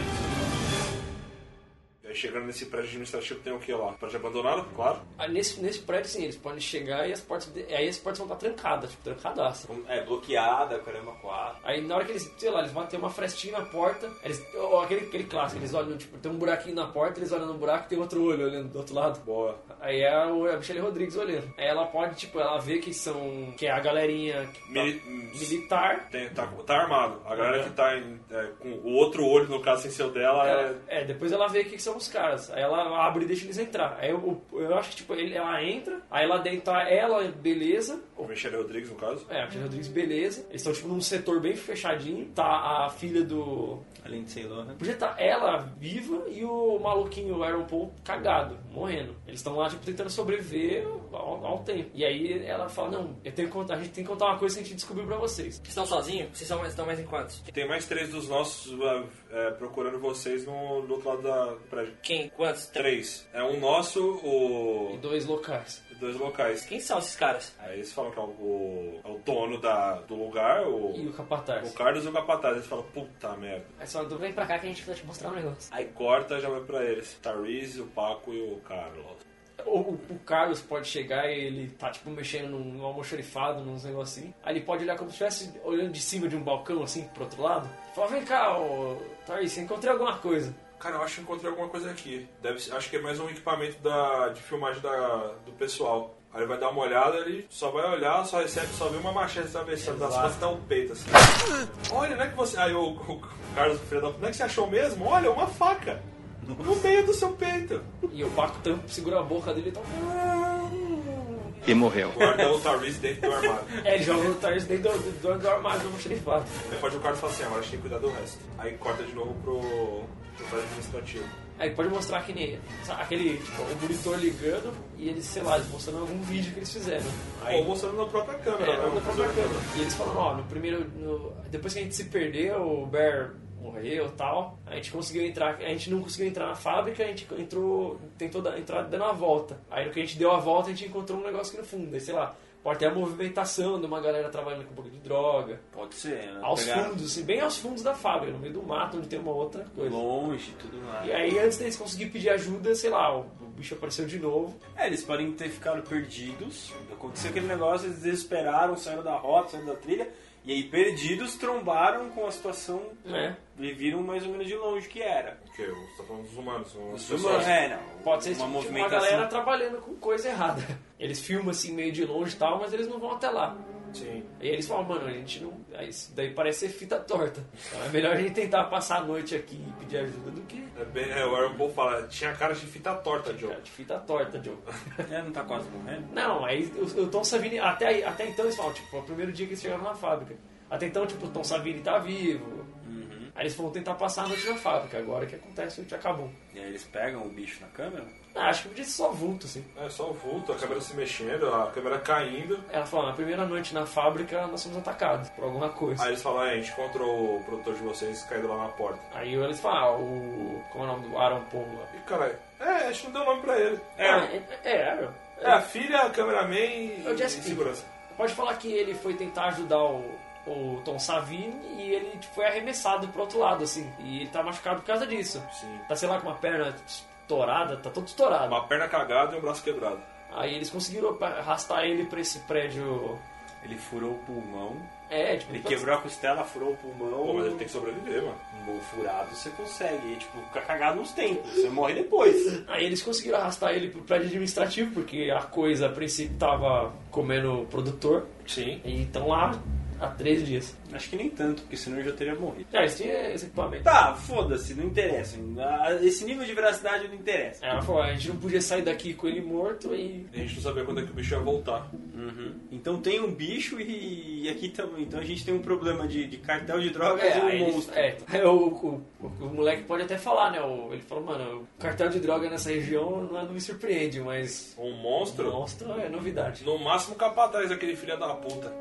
E aí chegando nesse prédio administrativo tem o que lá? Prédio abandonado, claro. Aí Ah, nesse, nesse prédio, sim, eles podem chegar e as portas. de- Aí as portas vão estar trancadas, tipo, trancadaça. É, bloqueada, caramba, quatro. Aí na hora que eles, sei lá, eles vão ter uma frestinha na porta, eles. ó, aquele, aquele clássico, eles olham, tipo, tem um buraquinho na porta, eles olham no buraco e tem outro olho olhando do outro lado. Boa. Aí é a, a Michelle Rodrigues olhando. Aí ela pode, tipo, ela vê que são. que é a galerinha que tá- Mili- militar. Tem- tá, tá armado. A galera que tá em- é, com o outro olho, no caso, sem ser o dela, é... Ela- é, depois ela vê o que, que são os caras. Aí ela abre e deixa eles entrar. Aí eu, eu acho que, tipo, ele- ela entra, aí ela deita ela, beleza. O Michelle Rodrigues, no caso. É, a Michelle Rodrigues, beleza. Eles estão, tipo, num setor bem fechadinho. Tá a filha do. Além de sei lá, né? Podia estar ela viva e o maluquinho, o Aaron Paul, cagado, morrendo. Eles estão lá, tipo, tentando sobreviver ao, ao tempo. E aí ela fala, não, eu tenho que contar, a gente tem que contar uma coisa que a gente descobriu pra vocês. Estão sozinhos? Vocês são- estão mais em quantos? É. Tem mais três dos nossos uh, é, procurando vocês no, do outro lado da do prédio. Quem? tá- Quantos? Três. É um nosso, o... Dois locais. E dois locais. Quem são esses caras? Aí eles falam que é o, o- é o dono da, do lugar, o... E o capataz. o Carlos e o Capataz. Eles falam, puta merda. Aí É só tu vem pra cá que a gente vai te mostrar um negócio. Aí corta já vai pra eles. Tariz, o Paco e o Carlos. O, o, o Carlos pode chegar e ele tá, tipo, mexendo num, num almoxarifado, num negócio assim. Aí ele pode olhar como se estivesse olhando de cima de um balcão, assim, pro outro lado. Fala, vem cá, ô, Thaís, encontrei alguma coisa. Cara, eu acho que encontrei alguma coisa aqui. Deve ser- acho que é mais um equipamento da, de filmagem da, do pessoal. Aí ele vai dar uma olhada, ele só vai olhar, só recebe, só vê uma machete atravessando das costas e dá um peito assim. Olha, não é que você. Aí o, o Carlos, filho da puta, não é que você achou mesmo? Olha, uma faca! No meio do seu peito! E o Paco tampa, segura a boca dele e tá... E morreu. Guarda o Tariz dentro do armário. É, ele joga o Thaís dentro do, do, do armário do almoxarifado. Depois o Carlos fala assim, agora a gente tem que cuidar do resto. Aí corta de novo pro. pro prédio administrativo. Aí pode mostrar que nem sabe, aquele, tipo, o monitor ligando e eles, sei lá, eles mostrando algum vídeo que eles fizeram. Aí, Ou mostrando na própria câmera, é, né? na própria câmera. E eles falaram, ó, no primeiro. no- depois que a gente se perdeu, o Bear morreu e tal, a gente conseguiu entrar. A gente não conseguiu entrar na fábrica, a gente entrou. tentou dar, entrar dando a volta. Aí no que a gente deu a volta, a gente encontrou um negócio aqui no fundo. Aí, sei lá, pode ter a movimentação de uma galera trabalhando com um pouco de droga. Pode ser, né? Aos Pegar fundos, assim, bem aos fundos da fábrica, no meio do mato, onde tem uma outra coisa. Longe, tudo mais. E aí, antes deles conseguir pedir ajuda, sei lá, o o bicho apareceu de novo. É, eles podem ter ficado perdidos. Aconteceu aquele negócio, eles desesperaram, saíram da rota, saíram da trilha. E aí, perdidos, trombaram com a situação É. e viram mais ou menos de longe que era. O quê? Você tá falando dos humanos? não das Os humanos, pessoas. é, não. Pode ser uma tipo, uma movimentação. galera trabalhando com coisa errada. Eles filmam assim meio de longe e tal, mas eles não vão até lá. Sim. E eles falam, mano, a gente não. aí Isso daí parece ser fita torta. Então é melhor a gente tentar passar a noite aqui e pedir ajuda do que. É, bem, é, o Aaron Paul fala, tinha cara de fita torta, Joe. De fita torta, Joe. É, não tá quase morrendo? Não, aí o, o Tom Savini, até, aí- até então eles falam, tipo, foi o primeiro dia que eles chegaram na fábrica. Até então, tipo, o Tom Savini tá vivo. Aí eles vão tentar passar a noite na fábrica. Agora que acontece, o acabou. E aí eles pegam o bicho na câmera? Ah, acho que podia ser só vulto, assim. É, só o vulto, a câmera se mexendo, a câmera caindo. Ela falou, na primeira noite na fábrica, nós fomos atacados por alguma coisa. Aí eles falam, "Ah, a gente encontrou o produtor de vocês caindo lá na porta. Aí eles falam, ah, o... Como é o nome do Aaron Paul lá? E caralho, é, a gente não deu nome pra ele. É, é, é, é, É a filha, a cameraman e, É o e Jesse segurança. Pode falar que ele foi tentar ajudar o, o Tom Savini e ele tipo, foi arremessado pro outro lado, assim. E ele tá machucado por causa disso. Sim. Tá, sei lá, com uma perna estourada, tá todo estourado. Uma perna cagada e um braço quebrado. Aí eles conseguiram arrastar ele pra esse prédio. Ele furou o pulmão. É, tipo, Ele quebrou a costela, furou o pulmão. Pô, mas ele tem que sobreviver, mano. Um bom furado você consegue. E, tipo, fica cagado uns tempos. Você morre depois. Aí eles conseguiram arrastar ele pro prédio administrativo, porque a coisa a princípio tava comendo o produtor. Sim. E então lá há três dias. Acho que nem tanto, porque senão eu já teria morrido. É, eles tinham esse equipamento. Tá, foda-se, não interessa. Ah, Esse nível de veracidade não interessa. Aí É, Ela falou, a gente não podia sair daqui com ele morto e. A gente não sabia quando é que o bicho ia voltar. Uhum. Então tem um bicho e, e aqui também. Então a gente tem um problema de, de cartel de drogas É, e aí um eles- monstro. é, aí o, o- o- o moleque pode até falar, né? o- ele falou, mano, o cartel de droga nessa região não, não me surpreende, mas Um monstro? monstro é novidade. No máximo capataz daquele filho da puta.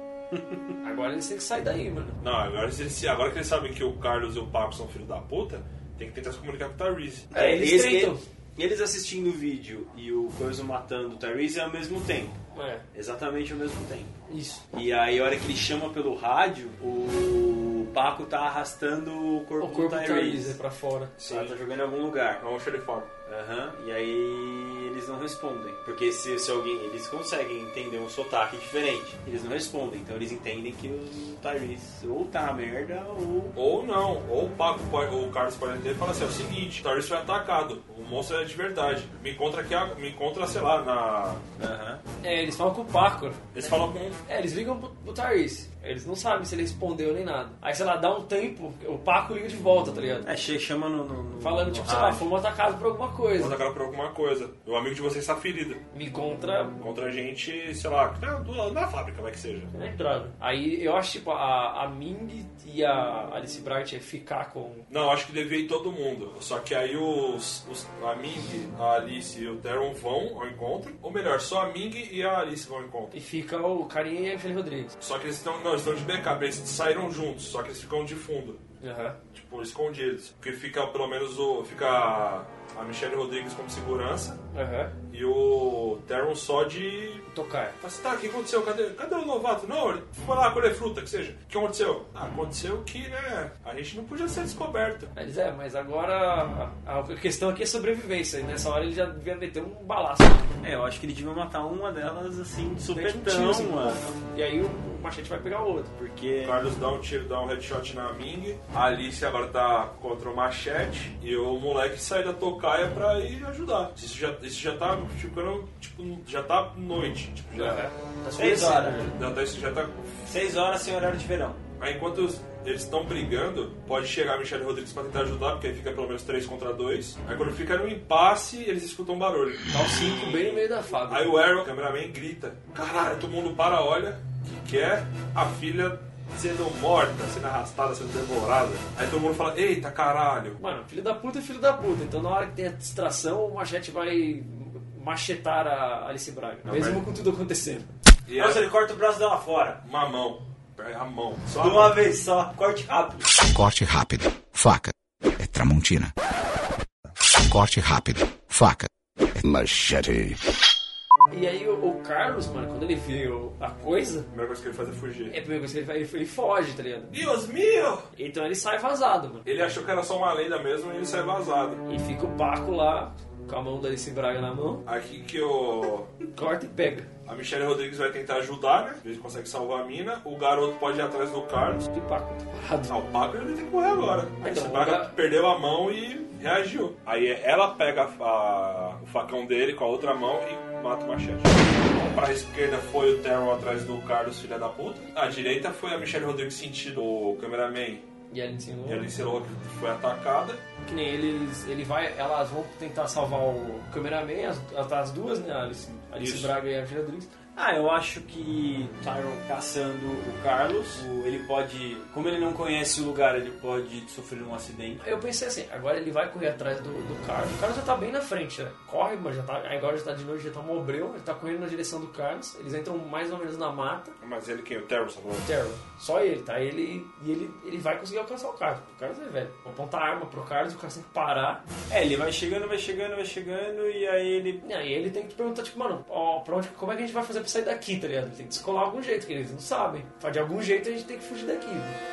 Agora eles têm que sair daí, mano. Não, agora, se eles- agora que eles sabem que o Carlos e o Paco são filho da puta, tem que tentar se comunicar com o Tyrese. É, eles Esse- tentam. Eles assistindo o vídeo e o Coiso matando o Tyrese ao mesmo tempo. É, Exatamente ao mesmo tempo. isso. E aí, a hora que ele chama pelo rádio, o Paco tá arrastando o O corpo, corpo do do Tyrese. Tyrese é pra fora. Ela tá jogando em algum lugar. É um xerifato. Aham. E aí eles não respondem. Porque se, se alguém. Eles conseguem entender um sotaque diferente. Eles não respondem. Então eles entendem que o Tyrese ou tá na merda ou. Ou não, ou o Paco pode, ou o Carlos pode entender e falar assim: é o seguinte, o Tyrese foi atacado, o monstro é de verdade. Me encontra aqui, a- me encontra, sei lá, na. Aham. É, eles falam com o Paco. Eles falam com. É, eles ligam pro, pro Tyrese. Eles não sabem se ele respondeu nem nada. Aí, sei lá, dá um tempo, o Paco liga de volta, tá ligado? É, che- chama no. no, no Falando, no tipo, sei rádio. lá, fomos atacados por alguma coisa. Atacaram por alguma coisa. O amigo de vocês está ferido. Me encontra Contra a gente, sei lá, na, do- na fábrica, vai que seja. na entrada. Aí eu acho, tipo, a, a Ming e a Alice Bright ia ficar com. Não, acho que devia ir todo mundo. Só que aí os, os- a Ming, a Alice e o Teron vão ao encontro. Ou melhor, só a Ming e a Alice vão ao encontro. E fica o carinha e a Michelle Rodrigues. Só que eles estão. Não, eles estão de backup, eles saíram juntos, só que eles ficam de fundo. Aham. Tipo, escondidos. Porque fica pelo menos o. Fica a- a Michelle Rodrigues como segurança Aham. e o Teron só de. Tocar. Mas tá, o que aconteceu? Cadê, cadê o novato? Não, ele foi lá colher fruta, que seja. O que aconteceu? Ah, aconteceu que, né, a gente não podia ser descoberto. Aí Eles, é, mas agora a, a questão aqui é sobrevivência. E nessa hora ele já devia meter um balaço. É, eu acho que ele devia matar uma delas assim, de Mete um supetão, tiro, assim, mano. E aí o, o machete vai pegar o outro. Porque. O Carlos dá um tiro, dá um headshot na Ming. A Alice agora tá contra o machete. E o moleque sai da tocaia pra ir ajudar. Isso já, isso já tá ficando, tipo, já tá noite. Tipo, já, Tá Seis escurecendo, horas. né? já, tá, isso já tá. Seis horas sem horário de verão. Aí enquanto os- eles estão brigando, pode chegar a Michelle Rodrigues pra tentar ajudar, porque aí fica pelo menos 3 contra 2. Aí quando fica no impasse, eles escutam um barulho. Dá é o 5 bem no meio da fábrica. Aí o Arrow, o cameraman, grita: Caralho, todo mundo para, olha, que que é a filha sendo morta, sendo arrastada, sendo devorada. Aí todo mundo fala: Eita caralho. Mano, filho da puta é filho da puta. Então na hora que tem a distração, o machete vai machetar a Alice Braga. mesmo mas- com tudo acontecendo. E Nossa, é ele corta o braço dela fora. uma mão, é a mão. Só De a mão. uma vez só, corte rápido. Corte rápido. Faca. É Tramontina. Corte rápido. Faca. É machete. E aí o, o Carlos, mano, quando ele vê o- a coisa, A primeira coisa que ele faz é é fugir. a primeira coisa que ele, vai, ele, ele foge, tá ligado? Deus meu! Então ele sai vazado, mano. Ele achou que era só uma lenda mesmo e ele sai vazado. E fica o Paco lá, com a mão da Alice Braga na mão, Aqui que o. corta e pega. A Michelle Rodrigues vai tentar ajudar, né? Ele consegue salvar a mina. O garoto pode ir atrás do Carlos. E o Paco tá parado. Ah, o Paco ele tem que correr agora. Aí Então, o Braga agora- perdeu a mão e reagiu. Aí ela pega a- a- o facão dele com a outra mão e mata o machete. Então, Pra esquerda foi o Terrell atrás do Carlos, filha da puta. A direita foi a Michelle Rodrigues sentindo o cameraman E a Alice não. e a Alice Lohan foi atacada. Que nem eles, ele vai, elas vão tentar salvar o cameraman, as, as duas, né? A Alice, a Alice Isso. Braga e a Angela Rodrigues. Ah, eu acho que Tyron caçando o Carlos, o- ele pode. Como ele não conhece o lugar, ele pode sofrer um acidente. Eu pensei assim, agora ele vai correr atrás do, do Carlos. O Carlos já tá bem na frente, né? Corre, mas já tá. Agora já tá de noite, já tá mobreu, ele tá correndo na direção do Carlos. Eles entram mais ou menos na mata. Mas ele quem? O Terrell, você falou? O Terrell. Só ele, tá? Ele, e ele, ele vai conseguir alcançar o Carlos. O Carlos é velho. Vou apontar a arma pro Carlos, o Carlos tem que parar. É, ele vai chegando, vai chegando, vai chegando, e aí ele. E aí ele tem que perguntar, tipo, mano, ó, pra onde, como é que a gente vai fazer pra sair daqui, tá ligado? Tem que descolar algum jeito, que eles não sabem. Fala, De algum jeito a gente tem que fugir daqui.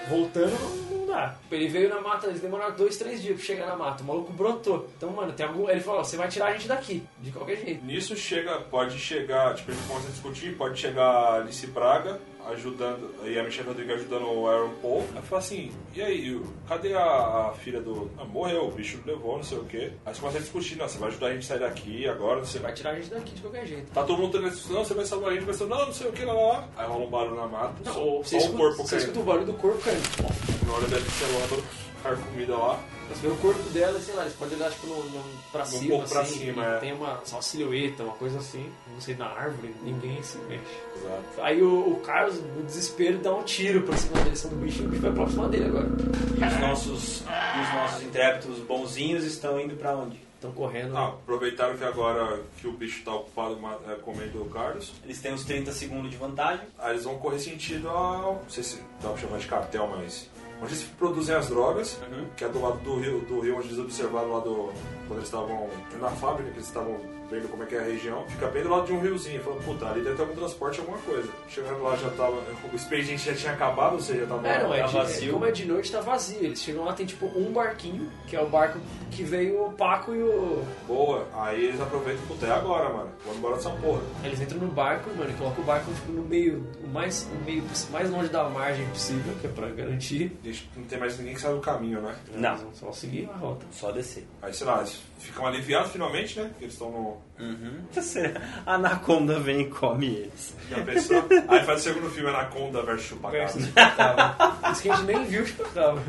Voltando, não, não dá. Tipo, Ele veio na mata, eles demoraram dois, três dias pra chegar na mata. O maluco brotou. Então, mano, tem algum. Ele falou, ó, você vai tirar a gente daqui, de qualquer jeito. Nisso chega, pode chegar, tipo, eles começam a discutir, pode chegar a Alice Braga ajudando, e a Michelle Rodrigues ajudando o Aaron Paul. Aí fala assim, e aí, o- cadê a, a filha do... Ah, morreu, o bicho levou, não sei o quê. Aí você começa a discutir, não, você vai ajudar a gente a sair daqui agora, você Vai tirar a gente daqui de qualquer jeito. Tá todo mundo tendo essa discussão, não, você vai salvar a gente, vai salvar, não, não sei o que, lá, lá, lá. Aí rola um barulho na mata, Não, só, você só o escuta- corpo Você escuta um- caindo. o barulho do corpo caindo. Na hora deve ser lá, todo cara comida lá. Você vê Assim, o corpo dela, sei lá, eles podem olhar tipo, no, no- pra Um cima, pouco pra assim, cima, e é. tem uma, só uma silhueta, uma coisa assim, não sei, na árvore, ninguém se mexe. Hum. Exato. Aí o, o Carlos, no desespero, dá um tiro pra cima da direção do bicho e o bicho vai pra cima dele agora. Os nossos, os nossos intrépidos bonzinhos estão indo pra onde? Estão correndo. Ah, aproveitaram que agora que o bicho tá ocupado ma- é, comendo o Carlos. Eles têm uns 30 segundos de vantagem. Aí eles vão correr sentido ao. Não sei se dá pra chamar de cartel, mas. Onde eles produzem as drogas, Uhum. que é do lado do rio, do rio onde eles observaram lá do. Quando eles estavam na fábrica, que eles estavam vendo como é que é a região, fica bem do lado de um riozinho, falando, puta, ali deve ter algum transporte, alguma coisa. Chegando lá já tava. O expediente já tinha acabado, ou seja, já tava, É, não, é, tava de- é, como é de noite, tá vazio. Eles chegam lá, tem tipo um barquinho, que é o barco que veio o Paco e o... Boa, aí eles aproveitam, puta, é agora, mano. Vamos embora dessa porra. Eles entram no barco, mano, e colocam o barco tipo, no meio, o mais, o meio, mais longe da margem possível, que é pra garantir. Deixa- Não tem mais ninguém que sabe o caminho, né? Não. Só seguir a rota. Só descer. Aí, sei lá, eles ficam aliviados finalmente, né? Que eles estão no. <laughs> A Anaconda vem e come eles. Já pensou? Aí faz o segundo filme, Anaconda versus Chupacabra. <laughs> Isso que a gente Né? nem viu, chupacabra.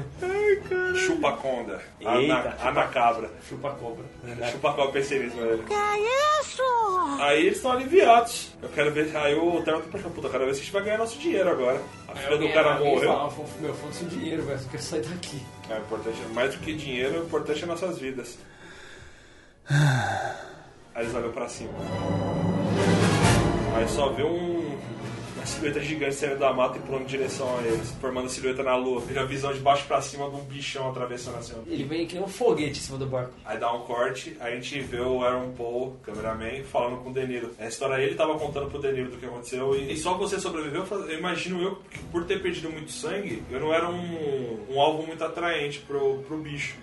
Chupaconda. Eita, Ana, Anacabra. Chupacobra. Chupacabra, pensei nisso, velho. Que é isso? Aí eles estão aliviados. Eu quero ver. Aí o Terra tá pensando, puta, eu quero ver se a gente vai ganhar nosso dinheiro agora. A filha do cara morreu. Meu, foda-se o dinheiro, velho, eu quero sair daqui. É, o importante, mais do que dinheiro, o importante é nossas vidas. Aí eles olham pra cima. Aí só vê um. Uma silhueta gigante saindo da mata e pulando em direção a eles, formando a silhueta na lua. Vira a visão de baixo pra cima de um bichão atravessando assim. ó. Ele vem que nem um foguete em cima do barco. Aí dá um corte, aí a gente vê o Aaron Paul, cameraman, falando com o Deniro. A história ele tava contando pro Deniro do que aconteceu e, e só você sobreviveu. Eu imagino eu que por ter perdido muito sangue, eu não era um, um alvo muito atraente pro, pro bicho.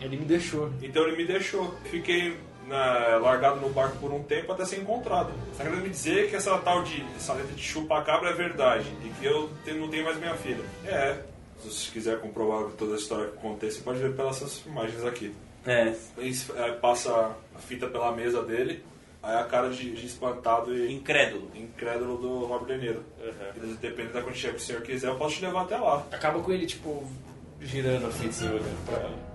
Ele me deixou. Então ele me deixou. Fiquei na- largado no barco por um tempo até ser encontrado. Você tá querendo me dizer que essa tal de essa letra de chupa-cabra é verdade e que eu te- não tenho mais minha filha? É. Se você quiser comprovar toda a história que contei, você pode ver pelas essas imagens aqui. É. Aí se- aí passa a fita pela mesa dele, aí a cara de, de espantado e. Incrédulo. Incrédulo do Robert De Niro. Uhum. Depende da quantia que o senhor quiser, eu posso te levar até lá. Acaba com ele, tipo, girando assim, assim, olhando pra ela.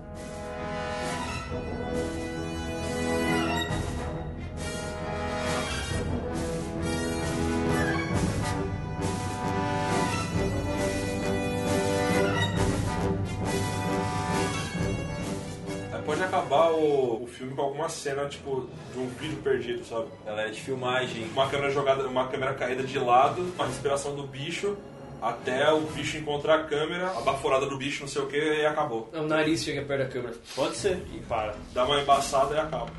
Aí É, pode acabar o, o filme com alguma cena, tipo, de um vídeo perdido, sabe? Galera é de filmagem. Uma câmera jogada, uma câmera caída de lado, uma respiração do bicho, até o bicho encontrar a câmera, a baforada do bicho, não sei o que, e acabou. É, O nariz chega perto da câmera. Pode ser. E para. Dá uma embaçada e acaba.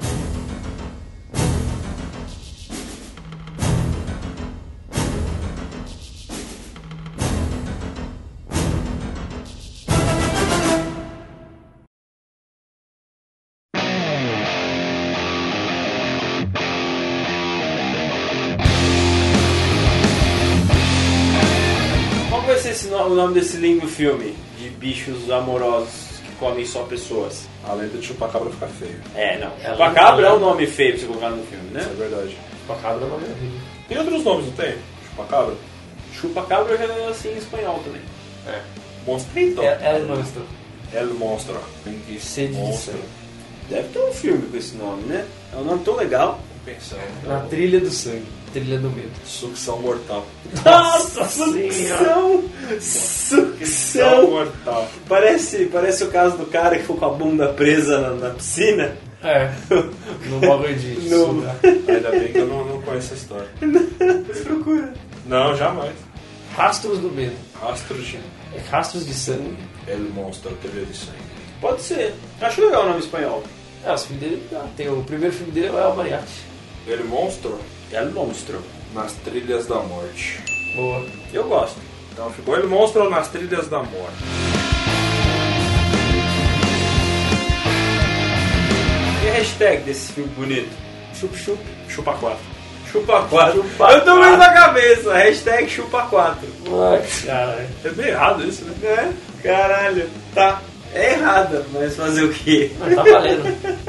Qual vai ser esse no- o nome desse lindo filme? De bichos amorosos que comem só pessoas. A letra de chupacabra fica feia. É, não. É, Chupacabra lá- é o nome feio pra você colocar no filme, né? Isso é verdade. Chupacabra é uma maravilha. Tem outros nomes, não tem? Chupacabra? Chupacabra já é assim em espanhol também. Monstrito? É, é monstro. El Monstro. Sede de Monstro. sangue. Deve ter um filme com esse nome, né? É um nome tão legal. pensão. Na trilha do sangue, trilha do medo. Sucção mortal. Nossa, Senhora! sucção! Sucção! mortal. Parece, parece o caso do cara que ficou com a bunda presa na, na piscina. <laughs> É, no bagulho de No- sugar. Ainda bem que eu não, não conheço essa <laughs> história. Procura. Não, jamais. Rastros do medo. Astros de É Rastros de sangue. El Monstro, TV de sangue. Pode ser. Acho legal o nome espanhol. Ah, os filmes dele ah, tem o primeiro filme dele é o Mariachi. El Monstro É monstro. nas trilhas da morte. Boa. Eu gosto. Então ficou El Monstro nas trilhas da morte. E a hashtag desse filme bonito? Chup chup. Chupa 4. Chupa 4. Chupa eu tô vendo na cabeça. Hashtag chupa 4. Ai, caralho. É meio errado isso, né? É? Caralho. Tá. É errada, mas fazer o quê? Mas tá valendo.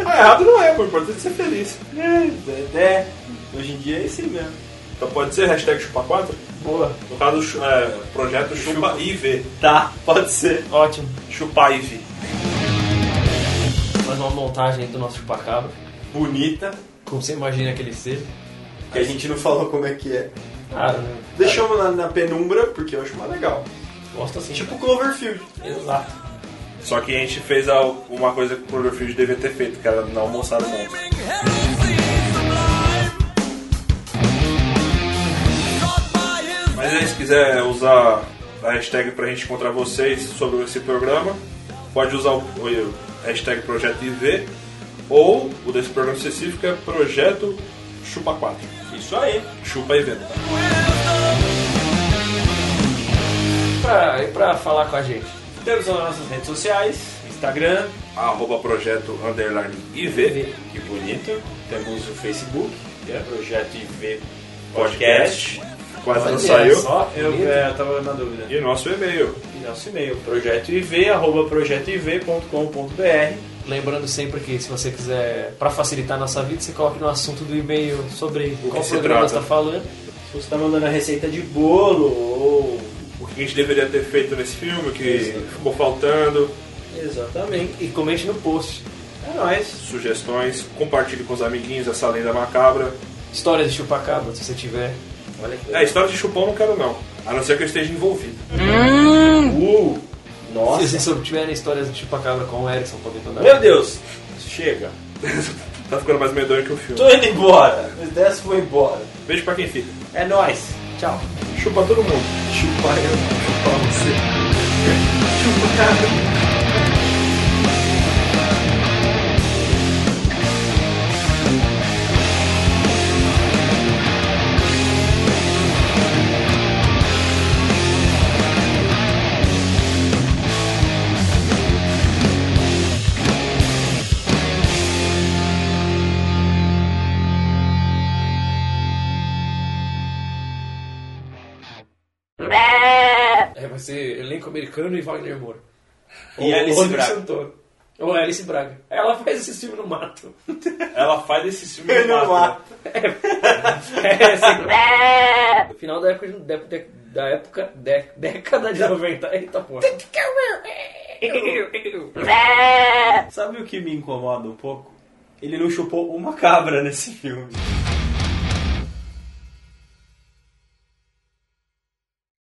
Ah, errado não é, pô. O importante é ser feliz. É, é. Hoje em dia é isso mesmo. Então pode ser hashtag chupa 4? Boa. No caso, chu- é, projeto chupa, IV. Tá, pode ser. Ótimo. Chupa IV. Mais uma montagem aí do nosso chupacabra. Bonita, Como você imagina que ele seja. que a gente não falou como é que é. Ah, né? Deixamos na, na penumbra, porque eu acho mais legal. gosto assim. Tipo Cloverfield. Exato. Só que a gente fez a- uma coisa que o Cloverfield devia ter feito, que era não almoçar o monstro. Mas aí, se quiser usar a hashtag pra gente encontrar vocês sobre esse programa, pode usar o, o hashtag Projeto IV ou o desse programa específico é Projeto Chupa 4. Isso aí. Chupa IV. Pra, e pra falar com a gente. Temos as nossas redes sociais, Instagram, Arroba Projeto Underline IV. que bonito. Temos o Facebook, que é Projeto IV Podcast. Quase não Olha saiu. né? só, Eu, bonito. é, eu tava na dúvida. E o nosso e-mail. E nosso e-mail, projetoiv, arroba projetoiv.com.br. Lembrando sempre que se você quiser, pra facilitar a nossa vida, você coloque no assunto do e-mail sobre qual se programa trata. você tá falando. Se você tá mandando a receita de bolo ou... O que a gente deveria ter feito nesse filme, que ficou faltando, Exatamente. E comente no post. É nóis. sugestões, compartilhe com os amiguinhos essa lenda macabra. História de chupacabra, se você tiver. Olha que É, história de chupão eu não quero não. A não ser que eu esteja envolvido. Uh, Se nossa. vocês sou- tiverem histórias de chupacabra com o Erickson, podem mandar. Meu Deus. Chega. <laughs> Tá ficando mais medonho que o filme. Tô indo embora. Os 10 foi embora. Beijo pra quem fica. É nóis. Tchau. Chupa todo mundo. Chupa eu. Chupa você. Chupa É, vai ser elenco americano e Wagner Moura. E Ou- Alice ou Rodrigo Braga. Santoro. Ou Alice Braga. Ela faz esse filme no mato. Ela faz esse filme né? Eu não no mato. mato. É, assim. No <laughs> final da época, da, da- da época dé- década de 90. Eita porra. Sabe o que me incomoda um pouco? Ele não chupou uma cabra nesse filme.